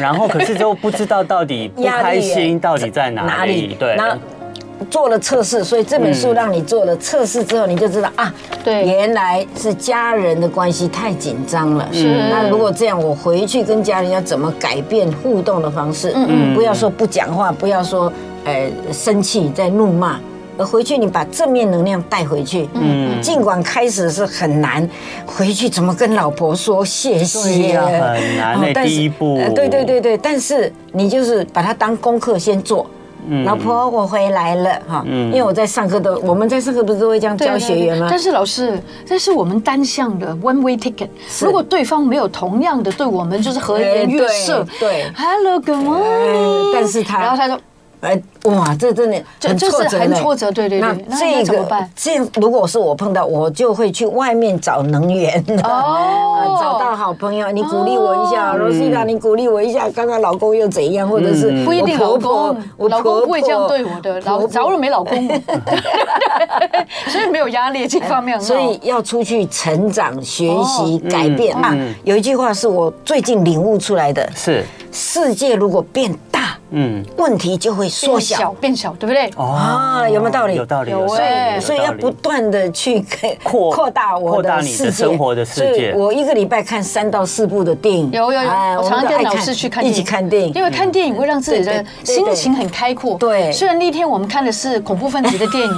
[SPEAKER 3] 然后可是就不知道到底不开心到底在哪里。对，嗯
[SPEAKER 4] 那做了测试，所以这本书让你做了测试之后，你就知道啊，
[SPEAKER 2] 对
[SPEAKER 4] 原来是家人的关系太紧张了。是那如果这样，我回去跟家人要怎么改变互动的方式？嗯嗯，不要说不讲话，不要说呃生气在怒骂。而回去你把正面能量带回去，嗯，尽管开始是很难，回去怎么跟老婆说谢
[SPEAKER 3] 对
[SPEAKER 4] 谢？
[SPEAKER 3] 呀很难
[SPEAKER 4] 哦
[SPEAKER 3] 欸
[SPEAKER 4] 但是
[SPEAKER 3] 第一步
[SPEAKER 4] 呃对对对对，但是你就是把它当功课先做。
[SPEAKER 3] 嗯
[SPEAKER 4] 老婆，我回来了哈，因为我在上课都，我们在上课不是都会这样
[SPEAKER 2] 对
[SPEAKER 4] 教学员
[SPEAKER 2] 对对
[SPEAKER 4] 吗
[SPEAKER 2] 但？是老师，这是我们单向的 one way ticket。如果对方没有同样的对我们，就是和颜悦色
[SPEAKER 4] 哎，对对
[SPEAKER 2] ，Hello good
[SPEAKER 4] 哎
[SPEAKER 2] morning。
[SPEAKER 4] 但是他
[SPEAKER 2] 然后他说，
[SPEAKER 4] 哎，哇，这真的
[SPEAKER 2] 这
[SPEAKER 4] 很
[SPEAKER 2] 这
[SPEAKER 4] 挫
[SPEAKER 2] 是
[SPEAKER 4] 折
[SPEAKER 2] 很
[SPEAKER 4] 嘞
[SPEAKER 2] 挫折对对对那应该
[SPEAKER 4] 这
[SPEAKER 2] 怎么
[SPEAKER 4] 个
[SPEAKER 2] 办
[SPEAKER 4] 这样如果是我碰到，我就会去外面找能源。
[SPEAKER 2] 哦
[SPEAKER 4] 啊，找到好朋友，你鼓励我一
[SPEAKER 3] 嗯
[SPEAKER 4] 下，罗西达，你鼓励我一下。刚刚老公又怎样，或者是
[SPEAKER 3] 嗯
[SPEAKER 2] 不一定老
[SPEAKER 4] 嗯我婆
[SPEAKER 2] 公
[SPEAKER 4] 婆，我
[SPEAKER 2] 老
[SPEAKER 4] 婆
[SPEAKER 2] 公不会这样
[SPEAKER 4] 婆
[SPEAKER 2] 对我的，老
[SPEAKER 4] 婆婆
[SPEAKER 2] 早日没老公， 所以没有压力这方面很好。
[SPEAKER 4] 哎所以要出去成长、学习、改变啊
[SPEAKER 3] 嗯！
[SPEAKER 4] 有一句话是我最近领悟出来的：
[SPEAKER 3] 是，
[SPEAKER 4] 世界如果变大，
[SPEAKER 3] 嗯，
[SPEAKER 4] 问题就会缩
[SPEAKER 2] 变
[SPEAKER 4] 小。
[SPEAKER 2] 变小，对不对？
[SPEAKER 4] 啊有没有道理
[SPEAKER 3] 哦有道理，
[SPEAKER 2] 有
[SPEAKER 3] 有道
[SPEAKER 2] 欸
[SPEAKER 3] 理。
[SPEAKER 4] 所以
[SPEAKER 3] 有道
[SPEAKER 4] 要
[SPEAKER 3] 理
[SPEAKER 4] 不断的去
[SPEAKER 3] 扩
[SPEAKER 4] 扩大我
[SPEAKER 3] 扩大
[SPEAKER 4] 的
[SPEAKER 3] 你的
[SPEAKER 4] 世界，
[SPEAKER 3] 生活的世界
[SPEAKER 4] 所以我一个礼拜看三到四部的电影，
[SPEAKER 2] 有有有，
[SPEAKER 4] 哎
[SPEAKER 2] 我
[SPEAKER 4] 们
[SPEAKER 2] 常常
[SPEAKER 4] 都
[SPEAKER 2] 跟
[SPEAKER 4] 爱
[SPEAKER 2] 老师去看
[SPEAKER 4] 一
[SPEAKER 2] 电影，
[SPEAKER 4] 起看电影，
[SPEAKER 2] 因为看电影会让自己的
[SPEAKER 4] 对对对
[SPEAKER 2] 心
[SPEAKER 4] 对
[SPEAKER 2] 情很开阔。
[SPEAKER 4] 对
[SPEAKER 2] 虽然那天我们看的是恐怖分子的电影，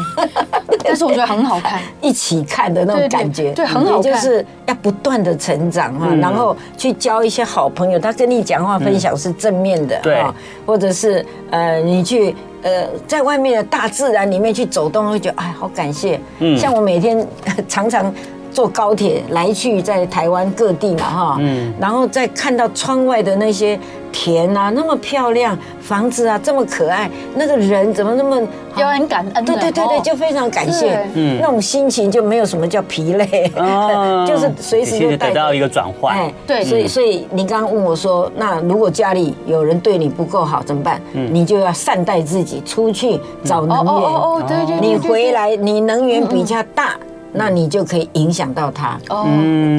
[SPEAKER 2] 但是我觉得很好看。
[SPEAKER 4] 一起看的那
[SPEAKER 2] 对
[SPEAKER 4] 种
[SPEAKER 2] 对
[SPEAKER 4] 感觉，
[SPEAKER 2] 对很好看嗯
[SPEAKER 4] 也就是要不断的成长哈、然后去交一些好朋友，他跟你讲话分享是正面的，
[SPEAKER 3] 对
[SPEAKER 4] 哈或者是呃你去。呃，在外面的大自然里面去走动，会觉得哎，好感谢。
[SPEAKER 3] 嗯
[SPEAKER 4] 像我每天 常常坐高铁来去在台湾各地嘛，哈，
[SPEAKER 3] 嗯
[SPEAKER 4] 然后再看到窗外的那些田啊，那么漂亮，房子啊这么可爱，那个人怎么那么啊
[SPEAKER 2] 要很感恩的
[SPEAKER 4] 对对对对，
[SPEAKER 2] 哦
[SPEAKER 4] 就非常感谢
[SPEAKER 2] 是，
[SPEAKER 3] 嗯
[SPEAKER 4] 那种心情就没有什么叫疲累，
[SPEAKER 3] 哦
[SPEAKER 4] 就是随时
[SPEAKER 3] 的确
[SPEAKER 4] 就
[SPEAKER 3] 是
[SPEAKER 4] 带
[SPEAKER 3] 得
[SPEAKER 4] 着
[SPEAKER 3] 到一个转换。
[SPEAKER 4] 哎，
[SPEAKER 2] 对
[SPEAKER 4] 所以所以你刚刚问我说，那如果家里有人对你不够好怎么办？你就要善待自己，出去找
[SPEAKER 2] 哦
[SPEAKER 4] 能
[SPEAKER 2] 哦
[SPEAKER 4] 源，
[SPEAKER 2] 哦哦，对对，对
[SPEAKER 4] 你
[SPEAKER 2] 对
[SPEAKER 4] 回来你能源比较大，那你就可以影响到他。
[SPEAKER 2] 哦，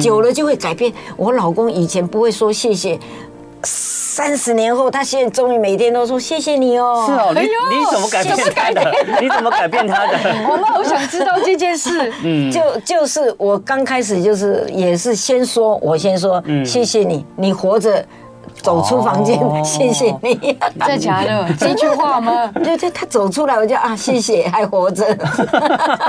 [SPEAKER 4] 久了就会改变。我老公以前不会说谢谢，三十年后他现在终于每天都说谢谢你哦。
[SPEAKER 3] 是哦，你
[SPEAKER 2] 哎呦
[SPEAKER 3] 你怎么改变
[SPEAKER 2] 怎么
[SPEAKER 3] 他
[SPEAKER 2] 改
[SPEAKER 3] 的？ 你怎么改变他 的？
[SPEAKER 2] 我们好想知道这件事。
[SPEAKER 3] 嗯
[SPEAKER 4] 就就是我刚开始就是也是先说，我先说、谢谢你，你活着走出房间，
[SPEAKER 3] 嗯哦
[SPEAKER 4] 谢谢你。
[SPEAKER 2] 真的假的？
[SPEAKER 4] 嗯
[SPEAKER 2] 这句话 吗？
[SPEAKER 4] 对对，他走出来，我就啊，谢谢，还活着。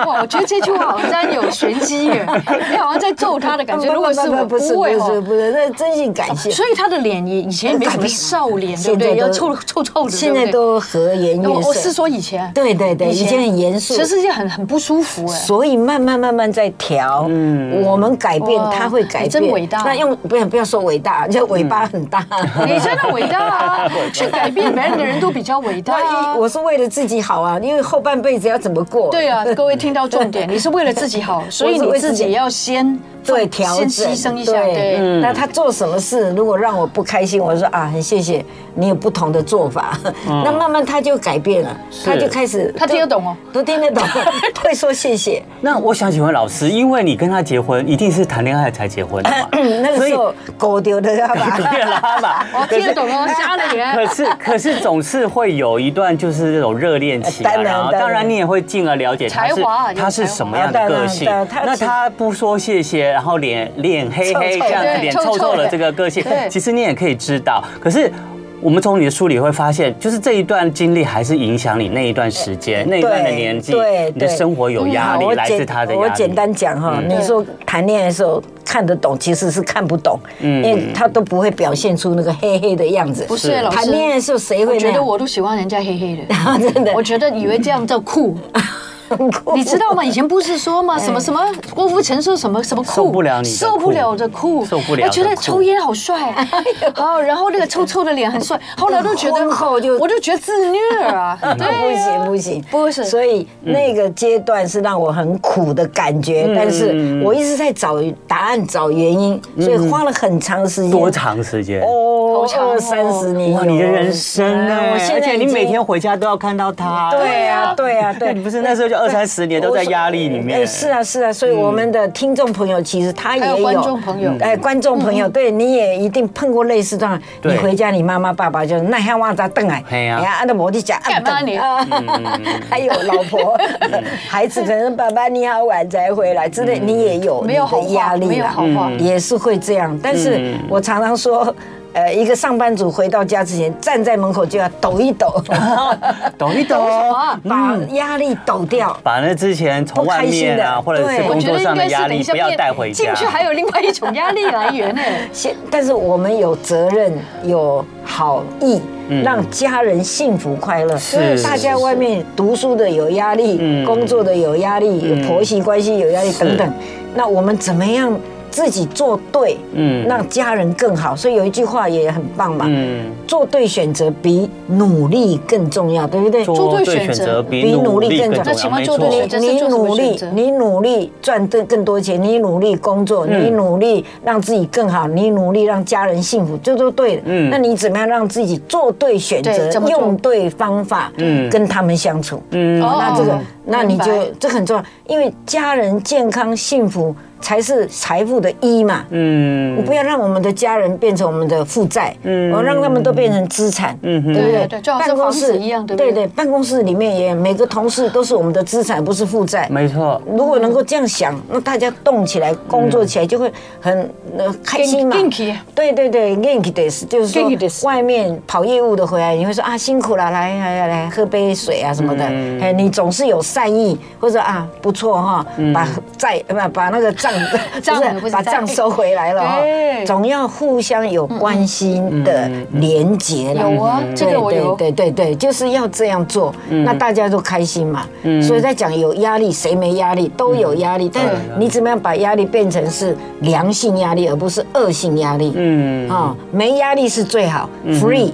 [SPEAKER 2] 哇，我觉得这句话好像有玄机耶，你好像在咒他的 感觉。如果是我，
[SPEAKER 4] 不是
[SPEAKER 2] 不
[SPEAKER 4] 不
[SPEAKER 2] 会
[SPEAKER 4] 是
[SPEAKER 2] 哦。
[SPEAKER 4] 不是，那真心感谢。
[SPEAKER 2] 所以他的脸也以前也没什么笑脸，对
[SPEAKER 4] 现
[SPEAKER 2] 不
[SPEAKER 4] 在
[SPEAKER 2] 对？
[SPEAKER 4] 都
[SPEAKER 2] 要臭臭臭的，
[SPEAKER 4] 现在
[SPEAKER 2] 对不
[SPEAKER 4] 都和颜悦
[SPEAKER 2] 对。
[SPEAKER 4] 色。
[SPEAKER 2] 我我是说以前，
[SPEAKER 4] 对对对，以前很严肃，
[SPEAKER 2] 其实是很很不舒服哎。
[SPEAKER 4] 所以慢慢慢慢在调，
[SPEAKER 3] 嗯
[SPEAKER 4] 我们改变
[SPEAKER 2] 哇，
[SPEAKER 4] 他会改
[SPEAKER 2] 你
[SPEAKER 4] 变。
[SPEAKER 2] 真伟大
[SPEAKER 4] 那用不要不要说伟大，就尾巴
[SPEAKER 3] 嗯
[SPEAKER 4] 很大。
[SPEAKER 2] 欸你真的伟大啊！去改变别人的人都比较伟大
[SPEAKER 4] 那
[SPEAKER 2] 啊
[SPEAKER 4] 一。我是为了自己好啊，因为后半辈子要怎么过？
[SPEAKER 2] 对啊，各位听到重 点，你是为了自己好，所以
[SPEAKER 4] 我是
[SPEAKER 2] 你
[SPEAKER 4] 为
[SPEAKER 2] 自
[SPEAKER 4] 自己
[SPEAKER 2] 己要先
[SPEAKER 4] 对，
[SPEAKER 2] 放
[SPEAKER 4] 调整嗯
[SPEAKER 2] 先牺牲一下，对。
[SPEAKER 3] 嗯
[SPEAKER 4] 那他做什么事，如果让我不开心，我就说啊，很谢谢你有不同的做法。
[SPEAKER 3] 嗯
[SPEAKER 4] 那慢慢他就改变了，他就开始
[SPEAKER 2] 他听得懂哦，
[SPEAKER 4] 都听得 懂，会说 谢谢。
[SPEAKER 3] 那我想请问老师，因为你跟他结婚，一定是谈恋爱才结婚的嘛？
[SPEAKER 4] 那个时候狗丢的要把
[SPEAKER 3] 对啦吧？
[SPEAKER 2] 我听得懂哦，家里人
[SPEAKER 3] 可 是可是总是会有一段就是这种热恋期、啊，
[SPEAKER 4] 当然
[SPEAKER 3] 然后
[SPEAKER 4] 当然
[SPEAKER 3] 当然你也会进而了解他是
[SPEAKER 2] 才华有
[SPEAKER 3] 他是
[SPEAKER 2] 才华
[SPEAKER 3] 什么样的个性
[SPEAKER 4] 当然当。然
[SPEAKER 3] 那他不说谢谢，然后脸脸黑黑
[SPEAKER 4] 臭臭的
[SPEAKER 3] 这样子，
[SPEAKER 2] 对
[SPEAKER 3] 脸
[SPEAKER 2] 臭
[SPEAKER 3] 臭
[SPEAKER 2] 臭
[SPEAKER 3] 臭的
[SPEAKER 2] 的
[SPEAKER 3] 这个个性
[SPEAKER 2] 对，
[SPEAKER 3] 其实你也可以知道。可是。我们从你的书里会发现，就是这一段经历还是影响你那一段时间、那一段的年纪
[SPEAKER 4] 对，
[SPEAKER 3] 你的
[SPEAKER 4] 对
[SPEAKER 3] 生活有 压
[SPEAKER 4] 好
[SPEAKER 3] 力，
[SPEAKER 4] 我
[SPEAKER 3] 来
[SPEAKER 4] 简
[SPEAKER 3] 自他的压力。
[SPEAKER 4] 我简单讲哈，
[SPEAKER 3] 嗯
[SPEAKER 4] 你说谈恋爱的时候看得懂，其实是看不懂，
[SPEAKER 3] 嗯
[SPEAKER 4] 因为他都不会表现出那个黑黑的样子。
[SPEAKER 2] 不是
[SPEAKER 3] 是
[SPEAKER 2] 老师。
[SPEAKER 4] 谈恋爱的时候谁
[SPEAKER 2] 我
[SPEAKER 4] 会那
[SPEAKER 2] 觉得
[SPEAKER 4] 样？
[SPEAKER 2] 我都喜欢人家黑黑的，
[SPEAKER 4] 真的
[SPEAKER 2] 我觉得以为这样叫酷， 你知 道吗？以前不是说吗？什么什么郭富城说什么什么酷，
[SPEAKER 3] 哎受不了你的酷
[SPEAKER 2] 受不了的酷，哎
[SPEAKER 3] 受不了的
[SPEAKER 2] 我觉得
[SPEAKER 3] 酷哎
[SPEAKER 2] 抽烟好 帅，哦，然后那个臭臭的脸很帅，后来都觉得
[SPEAKER 4] 婚后就
[SPEAKER 2] 我就觉得自虐啊，
[SPEAKER 4] 不
[SPEAKER 2] 对啊
[SPEAKER 4] 行不行
[SPEAKER 2] 不是
[SPEAKER 4] 所以那个阶段是让我很苦的感
[SPEAKER 3] 嗯
[SPEAKER 4] 觉，但是我一直在找答案、找原因，所以花了很长时间。
[SPEAKER 3] 嗯多？长时间？
[SPEAKER 4] 哦
[SPEAKER 2] 好，长哦
[SPEAKER 4] 二三十年有。
[SPEAKER 3] 哇，你的人生
[SPEAKER 4] 啊
[SPEAKER 3] 哎！
[SPEAKER 4] 我现
[SPEAKER 3] 而
[SPEAKER 4] 在
[SPEAKER 3] 且
[SPEAKER 4] 已
[SPEAKER 3] 你
[SPEAKER 4] 经
[SPEAKER 3] 每天回家都要看到他。
[SPEAKER 4] 对啊呀，对呀，对，
[SPEAKER 3] 你不是那时候就二三十年都在压力里
[SPEAKER 2] 呃
[SPEAKER 3] 面
[SPEAKER 4] 哎是啊，是啊，所以我们的听众朋友其实他也
[SPEAKER 2] 还有
[SPEAKER 4] 有
[SPEAKER 2] 观众朋友
[SPEAKER 3] 嗯
[SPEAKER 4] 哎，观众朋友，对，你也一定碰过类似这样。
[SPEAKER 3] 对
[SPEAKER 4] 你回家，你妈妈爸爸就那喊我咋瞪哎，
[SPEAKER 3] 嘿嗯啊
[SPEAKER 4] 哎呀，按照我去讲，
[SPEAKER 2] 干嘛
[SPEAKER 4] 按
[SPEAKER 2] 你
[SPEAKER 4] 啊还有老婆、
[SPEAKER 3] 嗯
[SPEAKER 4] 孩子，可能爸爸你好晚才回来之类，你也有
[SPEAKER 2] 没有
[SPEAKER 4] 你的
[SPEAKER 2] 好话
[SPEAKER 4] 压力啦
[SPEAKER 2] 没有好话
[SPEAKER 4] 嗯也是会这样。但是
[SPEAKER 3] 嗯
[SPEAKER 4] 我常常说。呃，一个上班族回到家之前，站在门口就要抖一抖，
[SPEAKER 3] 嗯
[SPEAKER 2] 啊
[SPEAKER 3] 懂一懂，
[SPEAKER 4] 把压力抖掉。
[SPEAKER 3] 把那之前从外面啊，
[SPEAKER 4] 不
[SPEAKER 3] 或
[SPEAKER 4] 开心
[SPEAKER 3] 者是
[SPEAKER 4] 的对
[SPEAKER 2] 我
[SPEAKER 3] 工
[SPEAKER 2] 觉
[SPEAKER 3] 作
[SPEAKER 2] 得
[SPEAKER 3] 上
[SPEAKER 2] 应
[SPEAKER 3] 的
[SPEAKER 2] 该是
[SPEAKER 3] 压
[SPEAKER 2] 等一
[SPEAKER 3] 力，
[SPEAKER 2] 下
[SPEAKER 3] 不要
[SPEAKER 2] 变
[SPEAKER 3] 带回
[SPEAKER 2] 进
[SPEAKER 3] 家。
[SPEAKER 2] 去还有另外一种压力来源呢。
[SPEAKER 4] 现，但是我们有责任，有好意，让家人幸福快乐。
[SPEAKER 3] 嗯是
[SPEAKER 4] 大
[SPEAKER 3] 是
[SPEAKER 4] 家
[SPEAKER 3] 是
[SPEAKER 4] 外面读书的有压力，
[SPEAKER 3] 嗯
[SPEAKER 4] 工作的有压力，有婆媳关系有压力
[SPEAKER 3] 是
[SPEAKER 4] 等等。那我们怎么样自己做对，
[SPEAKER 3] 嗯
[SPEAKER 4] 让家人更好？所以有一句话也很棒嘛，
[SPEAKER 3] 嗯，
[SPEAKER 4] 做对选择比努力更重要，对不对？
[SPEAKER 2] 做对选
[SPEAKER 3] 选择
[SPEAKER 2] 择
[SPEAKER 3] 比努力更重要。
[SPEAKER 2] 那请问
[SPEAKER 3] 没
[SPEAKER 2] 做哦对
[SPEAKER 3] 错
[SPEAKER 2] 选择
[SPEAKER 4] 你
[SPEAKER 2] 这是
[SPEAKER 4] 努
[SPEAKER 2] 我选
[SPEAKER 4] 力
[SPEAKER 2] 择，
[SPEAKER 4] 你努力赚更更多钱，你努力工作，
[SPEAKER 2] 嗯
[SPEAKER 4] 你努力让自己更好，你努力让家人幸福，这都对的。
[SPEAKER 3] 嗯
[SPEAKER 4] 那你怎么样让自己做对选择
[SPEAKER 2] 对怎，么做
[SPEAKER 4] 用对方法，
[SPEAKER 3] 嗯
[SPEAKER 4] 跟他们相处？
[SPEAKER 3] 嗯
[SPEAKER 2] 哦
[SPEAKER 4] 那这个，那你
[SPEAKER 2] 明白
[SPEAKER 4] 就这个很重要，因为家人健康幸福才是财富的一嘛。
[SPEAKER 3] 嗯
[SPEAKER 4] 我不要让我们的家人变成我们的负债，
[SPEAKER 3] 嗯
[SPEAKER 4] 我让他们都变成资产，
[SPEAKER 3] 嗯哼
[SPEAKER 4] 对不
[SPEAKER 5] 对对就好像
[SPEAKER 4] 办公
[SPEAKER 5] 房
[SPEAKER 4] 室
[SPEAKER 5] 子一样对不对
[SPEAKER 4] 对对，办公室里面也每个同事都是我们的资产，不是负债。
[SPEAKER 3] 没错，
[SPEAKER 4] 如果能够这样想，那大家动起来、工作起来就会很呃开心嘛
[SPEAKER 5] 更更起。
[SPEAKER 4] 对对对 g a n k d 就是
[SPEAKER 5] 更起
[SPEAKER 4] 说
[SPEAKER 5] です
[SPEAKER 4] 外面跑业务的回来，你会说啊辛苦了，来来来来喝杯水啊什么的。
[SPEAKER 3] 嗯
[SPEAKER 4] 哎，你总是有善意，或者啊不错哈，把债把把那个 账
[SPEAKER 2] 嗯账不
[SPEAKER 4] 不是
[SPEAKER 2] 是
[SPEAKER 4] 把
[SPEAKER 2] 债
[SPEAKER 4] 账收回来了哈
[SPEAKER 5] 对，
[SPEAKER 4] 总要互相有关心
[SPEAKER 2] 嗯
[SPEAKER 4] 的连结啦。
[SPEAKER 2] 有啊，这
[SPEAKER 4] 对
[SPEAKER 2] 个我有。
[SPEAKER 4] 对对对对，就是要这样做，
[SPEAKER 3] 嗯
[SPEAKER 4] 那大家都开心嘛。所以在讲有压力，谁没压
[SPEAKER 3] 嗯
[SPEAKER 4] 力？都有压力，但你怎么样把压力变成是良性压力，而不是恶性压力？
[SPEAKER 3] 嗯
[SPEAKER 4] 啊，没压力是最好，free。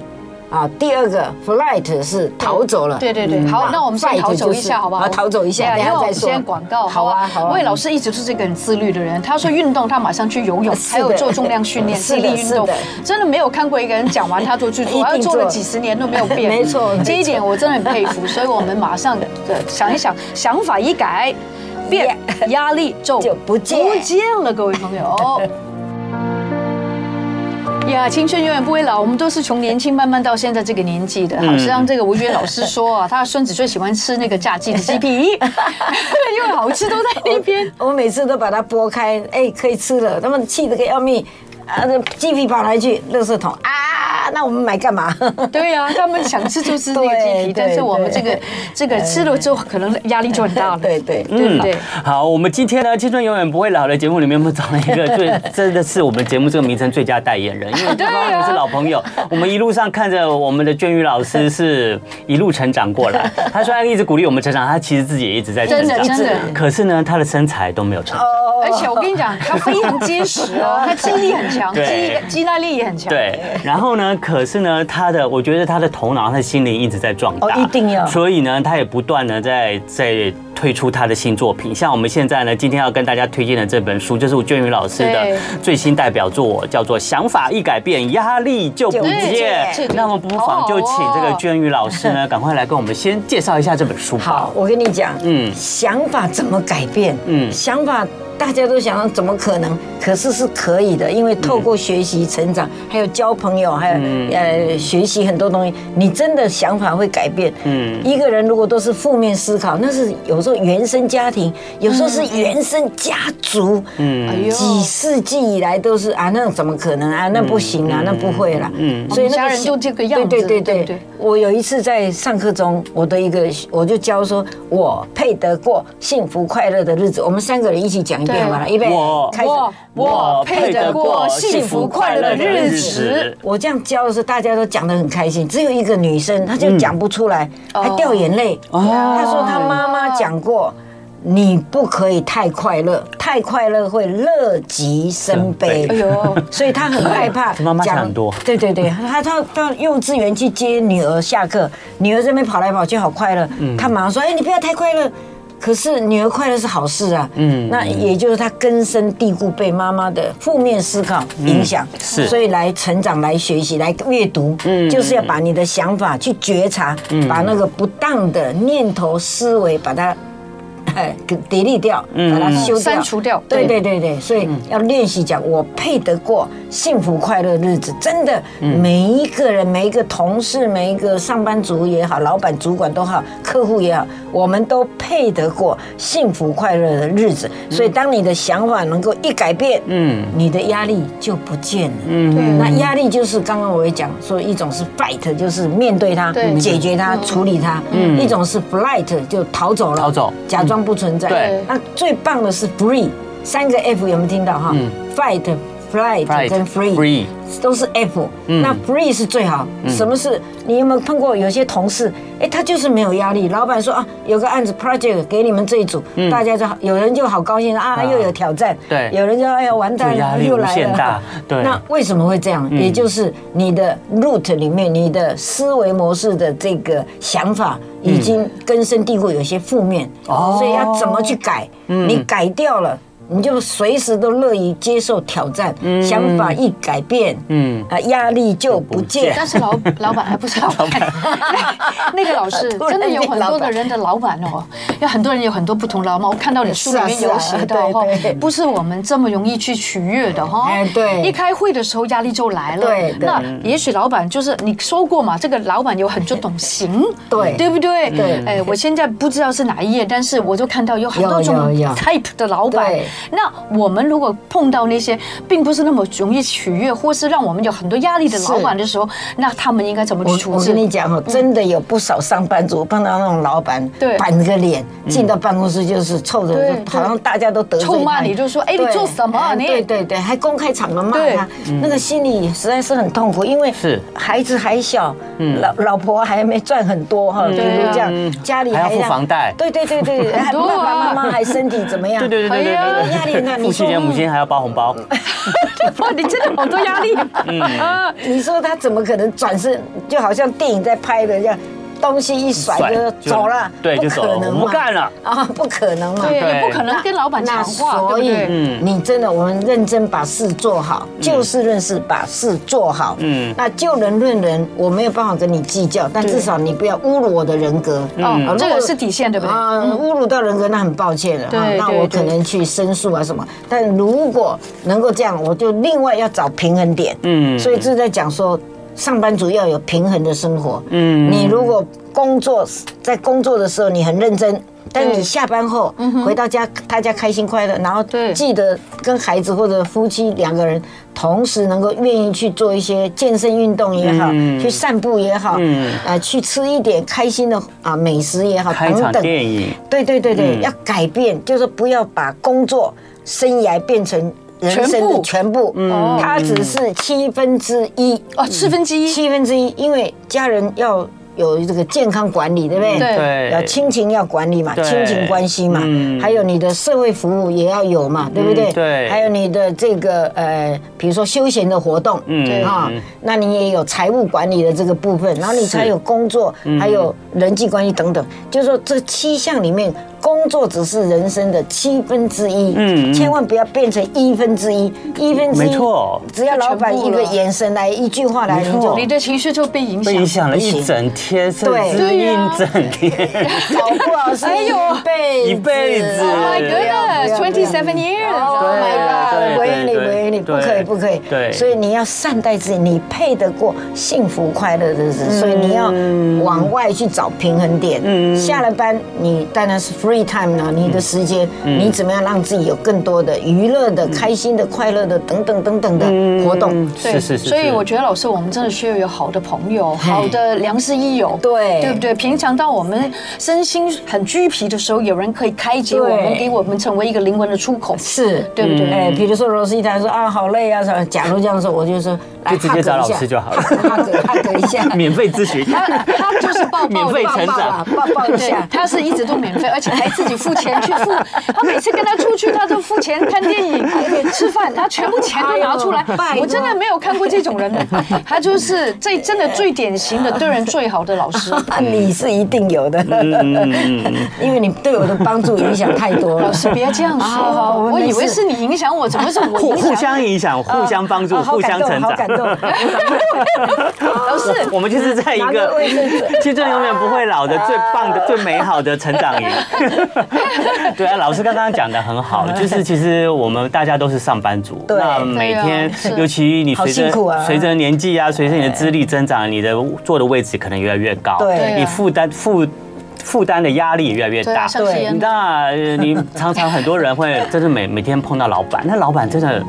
[SPEAKER 4] 啊，第二个 flight 是逃走了。嗯
[SPEAKER 2] 对对对，好，那我们先
[SPEAKER 4] fight
[SPEAKER 2] 逃走一
[SPEAKER 4] 就
[SPEAKER 2] 下，
[SPEAKER 4] 是
[SPEAKER 2] 好不
[SPEAKER 4] 啊
[SPEAKER 2] 好？
[SPEAKER 4] 逃走一下，
[SPEAKER 2] 对啊
[SPEAKER 4] 等一
[SPEAKER 2] 因为
[SPEAKER 4] 下
[SPEAKER 2] 我
[SPEAKER 4] 再
[SPEAKER 2] 们
[SPEAKER 4] 说。
[SPEAKER 2] 先广告，
[SPEAKER 4] 好啊，好啊。
[SPEAKER 2] 魏老师一直是这个很自律的人，他说运动，他马上去游 泳，
[SPEAKER 4] 是的
[SPEAKER 2] 还有做重量训练、
[SPEAKER 4] 是
[SPEAKER 2] 激
[SPEAKER 4] 的
[SPEAKER 2] 励运动
[SPEAKER 4] 是的，
[SPEAKER 2] 真的没有看过一个人讲完他就去
[SPEAKER 4] 一定
[SPEAKER 2] 做，而做了
[SPEAKER 4] 做
[SPEAKER 2] 几十年都没有变。
[SPEAKER 4] 没错
[SPEAKER 2] 这一点我真的很佩 服。所以我们马上呃想一想，想法一改， 变压力就
[SPEAKER 4] 就不见
[SPEAKER 2] 不见了，各位 朋友。 呀，青春永远不会老，我们都是从年轻慢慢到现在这个年纪的。好像这个吴娟老师说啊，他的孙子最喜欢吃那个炸鸡的鸡皮， 因为好吃都在那边。
[SPEAKER 4] 我每次都把它剥开，哎，可以吃了，他们气得个要命，啊，那鸡皮跑来去，垃圾桶啊，那我们买干嘛？
[SPEAKER 2] 对呀、他们想吃就吃那个鸡皮
[SPEAKER 4] 对对，
[SPEAKER 2] 但是我们这个
[SPEAKER 4] 对
[SPEAKER 2] 这个吃了之后，可能压力就很大了。
[SPEAKER 4] 对对，
[SPEAKER 2] 对不对？
[SPEAKER 3] 嗯好，我们今天呢，《青春永远不会老》的节目里面，我们找了一个 最，真的是我们节目这个名称最佳代言人，因为
[SPEAKER 2] 对啊
[SPEAKER 3] 刚刚是老朋友，我们一路上看着我们的娟宇老 师是一路成长过来。他虽然一直鼓励我们成长，他其实自己也一直在成
[SPEAKER 2] 真的
[SPEAKER 3] 长，
[SPEAKER 2] 真的
[SPEAKER 3] 可是呢，他的身材都没有成长。
[SPEAKER 2] 而且我跟你讲，他非常结实哦，他肌力很强，肌
[SPEAKER 3] 对
[SPEAKER 2] 肌耐力也很强。
[SPEAKER 3] 对，然后呢，可是呢，他的我觉得他的头脑、他的心灵一直在壮大，
[SPEAKER 4] 哦一定要
[SPEAKER 3] 所以呢，他也不断的在在推出他的新作品，像我们现在呢，今天要跟大家推荐的这本书，就是吴娟宇老师
[SPEAKER 2] 对
[SPEAKER 3] 的最新代表作，叫做《想法一改变，压力就不
[SPEAKER 4] 对哦
[SPEAKER 3] 见
[SPEAKER 2] 这》。个
[SPEAKER 3] 那么不妨就请这个娟宇老师呢，赶快来跟我们先介绍一下这本书吧
[SPEAKER 4] 好。，我跟你讲，
[SPEAKER 3] 嗯
[SPEAKER 4] 嗯，想法怎么改变？
[SPEAKER 3] 嗯
[SPEAKER 4] 嗯，想法大家都想，怎么可能？可是是可以的，因为透过学习、成长，还有交朋友，还有呃学习很多东西，你真的想法会改变。
[SPEAKER 3] 嗯
[SPEAKER 4] 嗯，一个人如果都是负面思考，那是有时候原生家庭，有时候是原生家族，嗯，
[SPEAKER 2] 哎呦，
[SPEAKER 4] 几世纪以来都是啊，那怎么可能啊？那不行啊，那不会啦。
[SPEAKER 3] 嗯
[SPEAKER 4] 嗯，
[SPEAKER 2] 我们家
[SPEAKER 4] 个
[SPEAKER 2] 人就这个样子
[SPEAKER 4] 对
[SPEAKER 2] 对
[SPEAKER 4] 对对
[SPEAKER 2] 不
[SPEAKER 4] 对
[SPEAKER 2] 对。
[SPEAKER 4] 我有一次在上课中，我的一个我就教说，我配得过幸福快乐的日子。我们三个人一起讲一遍
[SPEAKER 2] 对
[SPEAKER 4] 好了，预备
[SPEAKER 3] 我
[SPEAKER 4] 开始。
[SPEAKER 2] 我配得过幸福快乐的日子。
[SPEAKER 4] 我这样教的时候，大家都讲得很开心，只有一个女生，她就讲不出来，
[SPEAKER 2] 哦
[SPEAKER 4] 还掉眼泪。她说她妈妈讲过。你不可以太快乐，太快乐会乐极生悲。
[SPEAKER 2] 哎呦，
[SPEAKER 4] 所以他很害 怕
[SPEAKER 3] 这妈妈想很多
[SPEAKER 4] 对对 对，他他到幼稚园去接女儿下课，女儿这边跑来跑去好快乐，
[SPEAKER 3] 嗯
[SPEAKER 4] 他马上说：“哎，你不要太快乐。”可是女儿快乐是好事啊，
[SPEAKER 3] 嗯
[SPEAKER 4] 嗯，那也就是她根深蒂固被妈妈的负面思考影响，
[SPEAKER 3] 嗯是
[SPEAKER 4] 所以来成长、来学习、来阅读，
[SPEAKER 3] 嗯
[SPEAKER 4] 就是要把你的想法去觉察，把那个不当的念头、思维把它。哎，给 delete 掉，把它修掉、
[SPEAKER 2] 删除掉
[SPEAKER 4] 对对对对，所以要练习讲，我配得过幸福快乐日子。真的，每一个人、每一个同事、每一个上班族也好，老板、主管都好，客户也好，我们都配得过幸福快乐的日子。所以，当你的想法能够一改变，
[SPEAKER 3] 嗯
[SPEAKER 4] 嗯，你的压力就不见了。
[SPEAKER 2] 对
[SPEAKER 4] 那压力就是刚刚我也讲说，一种是 fight，就是面对它、
[SPEAKER 2] 对
[SPEAKER 4] 解决它、处理它；一种是 flight，就逃走了，
[SPEAKER 3] 嗯逃走
[SPEAKER 4] 假装不存在。
[SPEAKER 3] 对
[SPEAKER 4] 那最棒的是 free，三个 F 有没有听到哈
[SPEAKER 3] 嗯
[SPEAKER 4] ？fight。Flight
[SPEAKER 3] Flight，
[SPEAKER 4] 跟 free,
[SPEAKER 3] free 嗯
[SPEAKER 4] 都是 F，、那 free 是最好。什么事？你有没有碰过有些同事，哎，他就是没有压力。老板说啊，有个案子 project 给你们这一组，大家就好，有人就好高兴啊，又有挑战。
[SPEAKER 3] 嗯对
[SPEAKER 4] 有人就哎呀完蛋
[SPEAKER 3] 就压
[SPEAKER 4] 了，
[SPEAKER 3] 力
[SPEAKER 4] 又
[SPEAKER 3] 无
[SPEAKER 4] 来了。
[SPEAKER 3] 限大对
[SPEAKER 4] 那为什么会这样？也就是你的 root 里面，你的思维模式的这个想法已经根深蒂固，有些负面，
[SPEAKER 3] 哦
[SPEAKER 4] 嗯所以要怎么去改？你改掉了。你就随时都乐于接受挑战，想法一改变，嗯，啊，压力就不见。
[SPEAKER 2] 但是 老老板哎还不是老板， 那个老师
[SPEAKER 4] 突然
[SPEAKER 2] 真的有很多的人的老板哦，有很多人有很多不同老板。我看到你书里面
[SPEAKER 4] 是啊
[SPEAKER 2] 有
[SPEAKER 4] 是啊
[SPEAKER 2] 写到哈
[SPEAKER 4] 对对，
[SPEAKER 2] 不是我们这么容易去取悦的哈。
[SPEAKER 4] 哎对
[SPEAKER 2] 一开会的时候压力就来了。
[SPEAKER 4] 对对
[SPEAKER 2] 那也许老板就是你说过嘛，这个老板有很多种型，
[SPEAKER 4] 对
[SPEAKER 2] 对不对？
[SPEAKER 4] 对
[SPEAKER 2] 哎，我现在不知道是哪一页，但是我就看到有很多种
[SPEAKER 4] 有有有
[SPEAKER 2] type 的老板
[SPEAKER 4] 对。
[SPEAKER 2] 那我们如果碰到那些并不是那么容易取悦，或是让我们有很多压力的老板的时候，那他们应该怎么去
[SPEAKER 4] 我
[SPEAKER 2] 处
[SPEAKER 4] 我
[SPEAKER 2] 置
[SPEAKER 4] 跟？你讲哦，真的有不少上班族碰到那种老板，
[SPEAKER 2] 嗯对
[SPEAKER 4] 板着个脸进到办公室就是臭着
[SPEAKER 2] 对，
[SPEAKER 4] 就好像大家都得罪他
[SPEAKER 2] 臭骂你就说哎你
[SPEAKER 4] 对
[SPEAKER 2] 做什么
[SPEAKER 4] 哎
[SPEAKER 2] 你
[SPEAKER 4] 对对对，还公开场合骂
[SPEAKER 2] 对
[SPEAKER 4] 他，那个心里实在是很痛苦，因为
[SPEAKER 3] 嗯是
[SPEAKER 4] 孩子还小，老老婆还没赚很多哈，比如这样
[SPEAKER 3] 嗯
[SPEAKER 4] 家里
[SPEAKER 3] 还要付
[SPEAKER 4] 这样
[SPEAKER 3] 房贷
[SPEAKER 4] 对对 对对，还
[SPEAKER 2] 啊多
[SPEAKER 4] 爸
[SPEAKER 2] 啊
[SPEAKER 4] 爸妈妈还身体怎么样？
[SPEAKER 3] 对对对对对
[SPEAKER 2] 哎呀
[SPEAKER 3] 对
[SPEAKER 4] 压力
[SPEAKER 3] 对
[SPEAKER 4] 很大
[SPEAKER 3] 对，
[SPEAKER 4] 你
[SPEAKER 3] 父亲节、
[SPEAKER 4] 说
[SPEAKER 3] 母亲节还要包红包，
[SPEAKER 2] 哇，你真的好多压 力。啊
[SPEAKER 4] 你说他怎么可能转身？就好像电影在拍的这样，东西一甩
[SPEAKER 3] 甩
[SPEAKER 4] 就
[SPEAKER 3] 就
[SPEAKER 4] 走了，
[SPEAKER 3] 对
[SPEAKER 4] 不
[SPEAKER 3] 就走了
[SPEAKER 4] 可能
[SPEAKER 3] 我
[SPEAKER 4] 嘛
[SPEAKER 3] 不干了
[SPEAKER 4] 啊，不可能嘛。
[SPEAKER 2] 对，
[SPEAKER 3] 对
[SPEAKER 2] 也不可能跟老板
[SPEAKER 4] 那
[SPEAKER 2] 讲话，
[SPEAKER 4] 所
[SPEAKER 2] 对不
[SPEAKER 4] 以
[SPEAKER 2] 对？
[SPEAKER 4] 你真的，我们认真把事做好，就事论事，把事做好。嗯
[SPEAKER 3] 嗯，
[SPEAKER 4] 那就人论人，我没有办法跟你计较，但至少你不要侮辱我的人格。啊
[SPEAKER 2] 哦，这
[SPEAKER 4] 如
[SPEAKER 2] 个
[SPEAKER 4] 果
[SPEAKER 2] 是底线，对不对？
[SPEAKER 4] 啊，侮辱到人格那很抱歉了，
[SPEAKER 2] 对
[SPEAKER 4] 啊那
[SPEAKER 2] 对
[SPEAKER 4] 我
[SPEAKER 2] 对
[SPEAKER 4] 可能去申诉啊什么。但如果能够这样，我就另外要找平衡点。嗯，
[SPEAKER 3] 嗯
[SPEAKER 4] 所以这在讲说，上班族要有平衡的生活。嗯，
[SPEAKER 3] 嗯
[SPEAKER 4] 你如果工作在工作的时候你很认真。但你下班后
[SPEAKER 2] 嗯
[SPEAKER 4] 回到家，大家开心快乐，然后
[SPEAKER 2] 对
[SPEAKER 4] 记得跟孩子或者夫妻两个人同时能够愿意去做一些健身运动也好，
[SPEAKER 3] 嗯
[SPEAKER 4] 去散步也好，
[SPEAKER 3] 嗯
[SPEAKER 4] 呃，去吃一点开心的啊美食也好，
[SPEAKER 3] 开
[SPEAKER 4] 等
[SPEAKER 3] 场
[SPEAKER 4] 等
[SPEAKER 3] 电影。嗯
[SPEAKER 4] 对对对对，要改变，就是不要把工作生涯变成人生的全部，
[SPEAKER 3] 嗯
[SPEAKER 2] 哦
[SPEAKER 4] 它只是七分之一，
[SPEAKER 2] 哦，四分之一，
[SPEAKER 4] 七分之一，因为家人要。有这个健康管理，对不对？
[SPEAKER 2] 对
[SPEAKER 3] 对
[SPEAKER 4] 要亲情要管理嘛，
[SPEAKER 3] 对
[SPEAKER 4] 亲情关系嘛，
[SPEAKER 3] 嗯
[SPEAKER 4] 还有你的社会服务也要有嘛，对不对？
[SPEAKER 3] 嗯对
[SPEAKER 4] 还有你的这个呃，比如说休闲的活动，
[SPEAKER 2] 对
[SPEAKER 3] 嗯，
[SPEAKER 4] 啊、那你也有财务管理的这个部分，然后你才有工作，
[SPEAKER 3] 嗯
[SPEAKER 4] 还有人际关系等等。就是说这七项里面，工作只是人生的七分之一，
[SPEAKER 3] 嗯嗯
[SPEAKER 4] 千万不要变成一分之一，一分之一，
[SPEAKER 3] 没错
[SPEAKER 4] 只要老板一个眼神来，一句话来，
[SPEAKER 3] 没
[SPEAKER 4] 你
[SPEAKER 3] 错
[SPEAKER 4] 就
[SPEAKER 2] 你的情绪就被影
[SPEAKER 3] 被
[SPEAKER 2] 响。
[SPEAKER 3] 影响了
[SPEAKER 4] 不行
[SPEAKER 3] 一整天，甚
[SPEAKER 4] 对啊
[SPEAKER 3] 至
[SPEAKER 2] 对
[SPEAKER 3] 一
[SPEAKER 2] 呀
[SPEAKER 3] 整天。
[SPEAKER 4] 搞不好是
[SPEAKER 2] 哎
[SPEAKER 4] 一
[SPEAKER 2] 呦
[SPEAKER 4] 辈
[SPEAKER 3] 一辈子
[SPEAKER 2] Oh my
[SPEAKER 3] 不
[SPEAKER 2] goodness,
[SPEAKER 3] 要
[SPEAKER 2] twenty seven
[SPEAKER 4] Oh
[SPEAKER 2] years.
[SPEAKER 4] my god！
[SPEAKER 3] 对对
[SPEAKER 4] 我愿你，
[SPEAKER 3] 对
[SPEAKER 4] 我愿你，不
[SPEAKER 3] 对
[SPEAKER 4] 可以，不可以。
[SPEAKER 3] 对
[SPEAKER 4] 所以你要善待自己，你配得过幸福快乐的日
[SPEAKER 2] 嗯
[SPEAKER 4] 子。所以你要往外去找平衡点。下了班，你当然是 free time 了，你的时间，
[SPEAKER 2] 嗯
[SPEAKER 4] 你怎么样让自己有更多的娱乐的、开心的、快乐的等等等等
[SPEAKER 2] 嗯
[SPEAKER 4] 的活动？
[SPEAKER 2] 对
[SPEAKER 3] 是是是，
[SPEAKER 2] 所以
[SPEAKER 3] 是
[SPEAKER 2] 我觉得老师，我们真的需要有好的朋友，
[SPEAKER 4] 嘿
[SPEAKER 2] 好的良师益友，
[SPEAKER 4] 对
[SPEAKER 2] 对不对？平常当我们身心很拘疲的时候，有人可以开解我们，
[SPEAKER 4] 对
[SPEAKER 2] 给我们成为一个灵魂的出口，
[SPEAKER 4] 是，
[SPEAKER 2] 对不对？
[SPEAKER 4] 哎，比如说罗西他说啊，好累啊什么。假如这样说，我就说来
[SPEAKER 3] 就直接找老师就好了
[SPEAKER 4] 哈格哈格一 下
[SPEAKER 3] ，免费咨询，
[SPEAKER 2] 他他就是抱抱
[SPEAKER 3] 免费成
[SPEAKER 4] 抱抱啊
[SPEAKER 3] 长，
[SPEAKER 4] 抱抱一
[SPEAKER 2] 对
[SPEAKER 4] 下，。
[SPEAKER 2] 他是一直都免费，而且还自己付钱去付。他每次跟他出去，他都付钱看电影、吃饭，他全部钱都拿出来
[SPEAKER 4] 哎呦拜。托
[SPEAKER 2] 我真的没有看过这种人，他就是最真的最典型的对人最好的老师。
[SPEAKER 4] 啊，
[SPEAKER 3] 嗯
[SPEAKER 4] 你是一定有的， 因为你对我的帮助影响太多了
[SPEAKER 2] 老。师别这样
[SPEAKER 4] 啊
[SPEAKER 2] 说，
[SPEAKER 4] 我
[SPEAKER 2] 哦我
[SPEAKER 4] 没
[SPEAKER 2] 以
[SPEAKER 4] 事
[SPEAKER 2] 为是你影响我，怎么是我
[SPEAKER 3] 互
[SPEAKER 2] 影
[SPEAKER 3] 互
[SPEAKER 2] 响？
[SPEAKER 3] 相影响，互相帮助，
[SPEAKER 4] 啊好
[SPEAKER 3] 互相
[SPEAKER 4] 感动
[SPEAKER 3] 成
[SPEAKER 4] 好
[SPEAKER 3] 长。
[SPEAKER 4] 感动。
[SPEAKER 2] 老师，
[SPEAKER 3] 我们就是在一
[SPEAKER 4] 拿个
[SPEAKER 3] 个
[SPEAKER 4] 卫生纸啊
[SPEAKER 3] 青春永远不会老的最棒的、最美好的成长营。 对啊，老师刚刚讲的很好，就是其实我们大家都是上班族，
[SPEAKER 4] 嗯对
[SPEAKER 3] 那每
[SPEAKER 2] 对
[SPEAKER 3] 天
[SPEAKER 2] 啊是，
[SPEAKER 3] 尤其你随
[SPEAKER 4] 好辛苦啊
[SPEAKER 3] 着随着年纪啊，随着你的资历增长，你的坐的位置可能越来越高，
[SPEAKER 4] 对对啊
[SPEAKER 3] 你负担负负担的压力也越来越
[SPEAKER 2] 对
[SPEAKER 3] 大
[SPEAKER 2] 啊，，上
[SPEAKER 4] 对
[SPEAKER 2] 吸烟的，
[SPEAKER 3] 那呃你常常很多人会真的每每天碰到老板，那老板真的。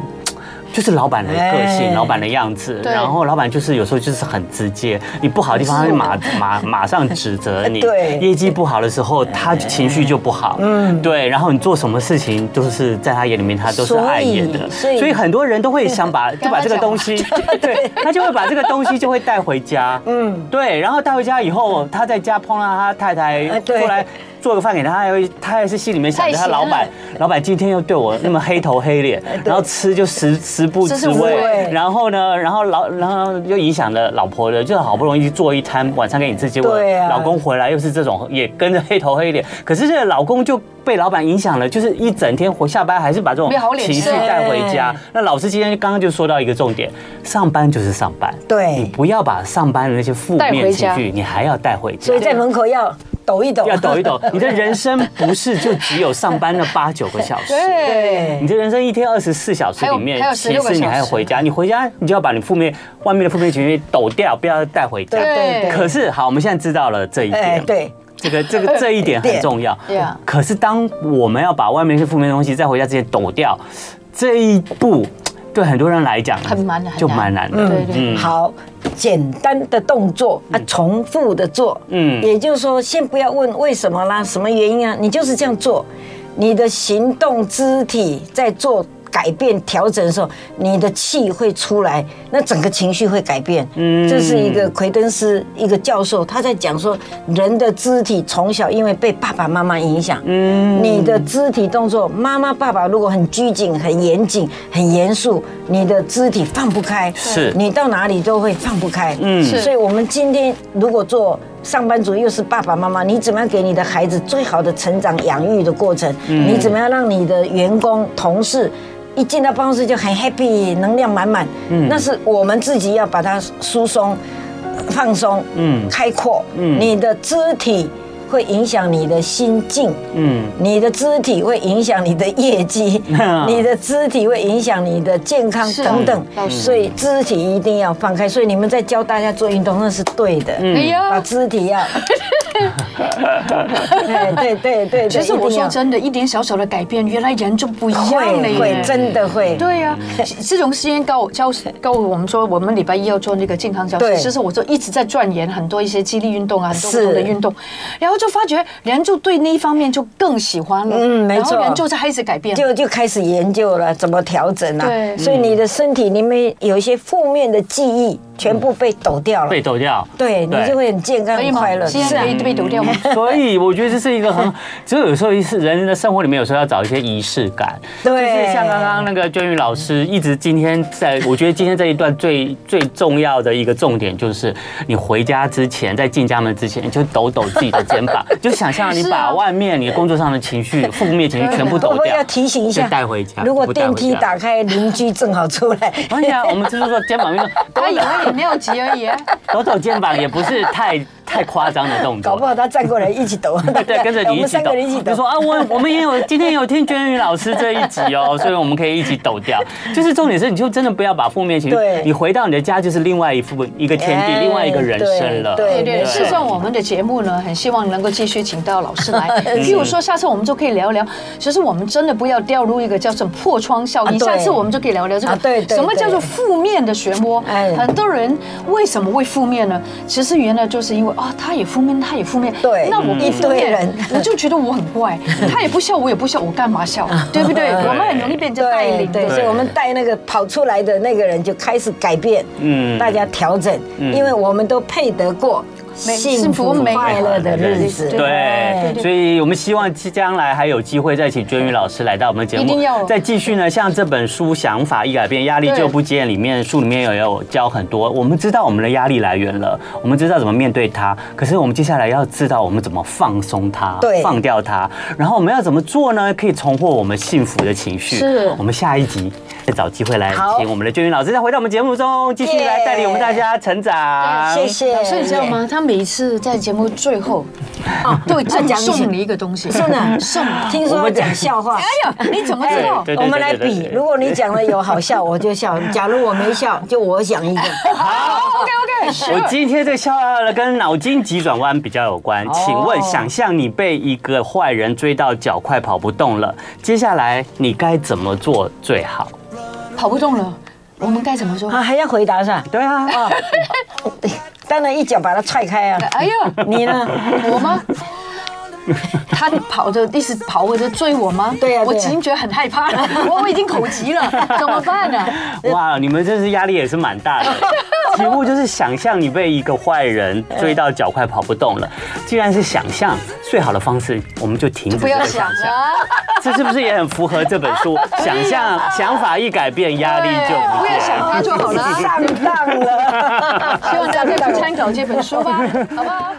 [SPEAKER 3] 就是老板的个
[SPEAKER 4] 哎
[SPEAKER 3] 性，老板的样子，
[SPEAKER 2] 对
[SPEAKER 3] 然后老板就是有时候就是很直接，你不好的地方他会马马马上指责你，
[SPEAKER 4] 对
[SPEAKER 3] 业绩不好的时候他情绪就不好，嗯，对，然后你做什么事情都是在他眼里面他都是碍眼的，
[SPEAKER 4] 所以所以
[SPEAKER 3] 所以很多人都会想 把就把这个东西， 对，他就会把这个东西就会带回家，嗯，对，然后带回家以后他在家碰到他太太
[SPEAKER 4] 哎对
[SPEAKER 3] 过来做个饭给他，他还会他还是心里面想着他老板，老板今天又对我那么黑头黑脸，然后吃就食食不
[SPEAKER 4] 这是
[SPEAKER 3] 知
[SPEAKER 4] 无
[SPEAKER 3] 味
[SPEAKER 4] 味，
[SPEAKER 3] 然后呢，然后老然后又影响了老婆的，就好不容易做一摊晚餐给你吃，结果
[SPEAKER 4] 对啊
[SPEAKER 3] 老公回来又是这种，也跟着黑头黑脸，可是这个老公就。被老板影响了，就是一整天活下班，还是把这种
[SPEAKER 2] 没有好脸
[SPEAKER 3] 情绪
[SPEAKER 2] 色
[SPEAKER 3] 带回家
[SPEAKER 4] 对。
[SPEAKER 3] 那老师今天刚刚就说到一个重点，上班就是上班，
[SPEAKER 4] 对
[SPEAKER 3] 你不要把上班的那些负
[SPEAKER 2] 带
[SPEAKER 3] 面
[SPEAKER 2] 回
[SPEAKER 3] 情
[SPEAKER 2] 家
[SPEAKER 3] 绪，你还要带回家。
[SPEAKER 4] 所以在门口要抖一抖，
[SPEAKER 3] 要抖一抖。你的人生不是就只有上班的八九个小时。
[SPEAKER 2] 对，
[SPEAKER 3] 你的人生一天二十四小时里面
[SPEAKER 2] 还有，还有
[SPEAKER 3] 其
[SPEAKER 2] 16个
[SPEAKER 3] 实你还要
[SPEAKER 2] 小时
[SPEAKER 3] 回家。你回家，你就要把你负面、外面的负面情绪抖掉，不要带回家。
[SPEAKER 4] 对对
[SPEAKER 2] 对
[SPEAKER 3] 可是好，我们现在知道了这一
[SPEAKER 4] 哎
[SPEAKER 3] 点。，
[SPEAKER 4] 对，
[SPEAKER 3] 这个这个这一点很重 要
[SPEAKER 2] Yeah。
[SPEAKER 3] 可是当我们要把外面一些负面的东西在回家之前抖掉，这一步对很多人来讲
[SPEAKER 2] 很蛮很难
[SPEAKER 3] 就蛮难的。
[SPEAKER 2] 对对
[SPEAKER 3] 嗯
[SPEAKER 4] 好，简单的动作啊，重复的做，
[SPEAKER 3] 嗯
[SPEAKER 4] 嗯，也就是说，先不要问为什么啦，什么原因啊，你就是这样做，你的行动、肢体在做。改变、调整的时候，你的气会出来，那整个情绪会改变。嗯，这是一个奎登斯一个教授，他在讲说，人的肢体从小因为被爸爸妈妈影响，嗯，你的肢体动作，妈妈、爸爸如果很拘谨、很严谨、很严肃，你的肢体放不开，
[SPEAKER 3] 是
[SPEAKER 4] 你到哪里都会放不开。
[SPEAKER 3] 嗯
[SPEAKER 4] 嗯，
[SPEAKER 2] 是
[SPEAKER 4] 所以我们今天如果做上班族，又是爸爸妈妈，你怎么样给你的孩子最好的成长养育的过程？你怎么样让你的员工、同事？一进到办公室就很 happy，能量满满。嗯，那是我们自己要把它疏松、放松、
[SPEAKER 3] 嗯
[SPEAKER 4] 嗯，开阔。
[SPEAKER 3] 嗯
[SPEAKER 4] 嗯，你的肢体会影响你的心境。
[SPEAKER 3] 嗯，，
[SPEAKER 4] 你的肢体会影响你的业 绩你的肢体会影响你的健康
[SPEAKER 2] 是啊
[SPEAKER 4] 等等
[SPEAKER 2] 老，师
[SPEAKER 4] 所以肢体一定要放开。所以你们在教大家做运动，那是对的。
[SPEAKER 2] 哎
[SPEAKER 4] 把
[SPEAKER 2] 呀。
[SPEAKER 4] 肢体要，对对对对，
[SPEAKER 2] 其实
[SPEAKER 4] 对
[SPEAKER 2] 我
[SPEAKER 4] 一定
[SPEAKER 2] 说
[SPEAKER 4] 要
[SPEAKER 2] 真的，一点小小的改变，原来人就不一样了
[SPEAKER 4] 会会
[SPEAKER 2] 耶。
[SPEAKER 4] 真的会，
[SPEAKER 2] 对呀、这这种时间告教告我们说，我们礼拜一要做那个健康教室，
[SPEAKER 4] 对
[SPEAKER 2] 其实我就一直在钻研很多一些激励运动啊，很多不
[SPEAKER 4] 是
[SPEAKER 2] 同的运动，然后就发觉人就对那一方面就更喜欢了，
[SPEAKER 4] 嗯没错
[SPEAKER 2] 然后人就是开始改变了，
[SPEAKER 4] 就就开始研究了怎么调整啊
[SPEAKER 2] 对。
[SPEAKER 4] 所以你的身体里面有一些负面的记忆，全部被抖掉了
[SPEAKER 3] 被，抖掉。
[SPEAKER 4] 对你就会很健康、
[SPEAKER 2] 可以
[SPEAKER 4] 很
[SPEAKER 2] 吗
[SPEAKER 4] 快乐。？
[SPEAKER 2] 哎
[SPEAKER 4] 啊嗯
[SPEAKER 2] 现在可以被抖掉吗？
[SPEAKER 3] 所以我觉得这是一个很，就有时候是人的生活里面，有时候要找一些仪式感。
[SPEAKER 4] 对
[SPEAKER 3] 就是像刚刚那个娟玉老师一直今天在，我觉得今天这一段最最重要的一个重点就是，你回家之前，在进家门之前，你就抖抖自己的肩 膀，就想象你
[SPEAKER 2] 是啊
[SPEAKER 3] 把外面你工作上的情绪、负面情绪全部
[SPEAKER 4] 会
[SPEAKER 3] 抖
[SPEAKER 4] 不会
[SPEAKER 3] 掉
[SPEAKER 4] 啊要。提醒一下？
[SPEAKER 3] 就带回家
[SPEAKER 4] 如果
[SPEAKER 3] 不带回
[SPEAKER 4] 电梯
[SPEAKER 3] 家
[SPEAKER 4] 打开，邻居正好出来，
[SPEAKER 3] 哎呀，我们就是说肩膀运动，
[SPEAKER 2] 他以为饮料急而已啊，
[SPEAKER 3] 抖抖肩膀也不是太太夸张的动作，
[SPEAKER 4] 搞不好他站过来一起抖，
[SPEAKER 3] 对对，跟着
[SPEAKER 4] 我
[SPEAKER 3] 你一
[SPEAKER 4] 们
[SPEAKER 3] 起
[SPEAKER 4] 三
[SPEAKER 3] 抖
[SPEAKER 4] 个人一起。
[SPEAKER 3] 就说
[SPEAKER 4] 抖。
[SPEAKER 3] 啊，我我们也有今天有听娟宇老师这一集 哦，所以我们可以一起抖掉。就是重点是，你就真的不要把负面情绪
[SPEAKER 4] 对，
[SPEAKER 3] 你回到你的家就是另外一副一个天地，
[SPEAKER 4] 哎
[SPEAKER 3] 另外一个人生了。
[SPEAKER 2] 对
[SPEAKER 4] 对
[SPEAKER 2] 对，
[SPEAKER 3] 对
[SPEAKER 2] 事实上我们的节目呢，很希望能够继续请到老师 来。
[SPEAKER 4] 嗯
[SPEAKER 2] 譬如说，下次我们就可以聊聊，其实我们真的不要掉入一个叫什么破窗效应。
[SPEAKER 4] 啊对
[SPEAKER 2] 下次我们就可以聊聊这个
[SPEAKER 4] 啊，对对
[SPEAKER 2] 什么叫做
[SPEAKER 4] 对
[SPEAKER 2] 负面的漩涡
[SPEAKER 4] 哎？
[SPEAKER 2] 很多人为什么会负面呢？其实原来就是因为啊，他也负面，他也负面，
[SPEAKER 4] 对
[SPEAKER 2] 那我
[SPEAKER 4] 嗯
[SPEAKER 2] 不负
[SPEAKER 4] 一堆
[SPEAKER 2] 面
[SPEAKER 4] 人，
[SPEAKER 2] 我就觉得我很 怪，他也不笑，我也不笑，我干嘛笑？对不对？我们很容易被人家带
[SPEAKER 4] 对
[SPEAKER 2] 领，
[SPEAKER 4] 对，
[SPEAKER 2] 对
[SPEAKER 4] 所以我们带那个跑出来的那个人就开始改变，
[SPEAKER 3] 嗯
[SPEAKER 4] 嗯，大家调整，因为我们都配得过
[SPEAKER 2] 美
[SPEAKER 4] 幸福
[SPEAKER 2] 幸福美好
[SPEAKER 4] 快乐的日子。
[SPEAKER 2] 对
[SPEAKER 3] 对
[SPEAKER 2] 对，对
[SPEAKER 3] 所以我们希望将来还有机会再请娟宇老师来到我们节目，
[SPEAKER 2] 一定要
[SPEAKER 3] 再继续呢。像这本书《想法易改变，压力就不见》里面，书里面也有教很多。我们知道我们的压力来源了，我们知道怎么面对它，可是我们接下来要知道我们怎么放松它，
[SPEAKER 4] 对
[SPEAKER 3] 放掉它，然后我们要怎么做呢？可以重获我们幸福的情绪。
[SPEAKER 2] 是
[SPEAKER 3] 我们下一集再找机会来
[SPEAKER 4] 好
[SPEAKER 3] 请我们的娟宇老师再回到我们节目中，继续来带领我们大家成长。
[SPEAKER 4] 谢谢。
[SPEAKER 2] 老师，你知道吗？他每一次在节目最后， 啊，都会赠
[SPEAKER 4] 讲一些
[SPEAKER 2] 送你一个东西，
[SPEAKER 4] 真 的
[SPEAKER 2] 送你。
[SPEAKER 4] 听说要讲笑话。
[SPEAKER 2] 哎呦，你怎么知道？
[SPEAKER 3] 对对对对对
[SPEAKER 4] 我们来
[SPEAKER 3] 对
[SPEAKER 4] 比
[SPEAKER 3] 对，
[SPEAKER 4] 如果你讲的有好笑，我就笑；假如我没笑，就我想一个。
[SPEAKER 2] OK OK，
[SPEAKER 3] 我今天这笑话呢跟脑筋急转弯比较有关，请问，想象你被一个坏人追到脚快跑不动了，接下来你该怎么做最好？
[SPEAKER 2] 跑不动了，我们该怎么说？
[SPEAKER 4] 啊，还要回答是吧？
[SPEAKER 3] 对 啊，啊，
[SPEAKER 4] 当然一脚把它踹开啊。
[SPEAKER 2] 哎呦，
[SPEAKER 4] 你呢？
[SPEAKER 2] 我吗？他跑着一直跑或者追我吗？
[SPEAKER 4] 对呀对呀
[SPEAKER 2] 我已经觉得很害怕 了，我我已经口急了，怎么办呢？
[SPEAKER 3] 哇，你们真是压力也是蛮大的。题目就是想象你被一个坏人追到脚快跑不动了。既然是想象，最好的方式我们就停止
[SPEAKER 2] 不
[SPEAKER 3] 这
[SPEAKER 2] 要
[SPEAKER 3] 个
[SPEAKER 2] 想
[SPEAKER 3] 想象。
[SPEAKER 2] 啊，
[SPEAKER 3] 这是不是也很符合这本 书？想象想法一改变，压力就不
[SPEAKER 2] 不要
[SPEAKER 3] 见
[SPEAKER 2] 想
[SPEAKER 3] 了。
[SPEAKER 2] 它就好了啊。
[SPEAKER 4] 上当了。
[SPEAKER 2] 希望大家可以参考这本书吧，好不好？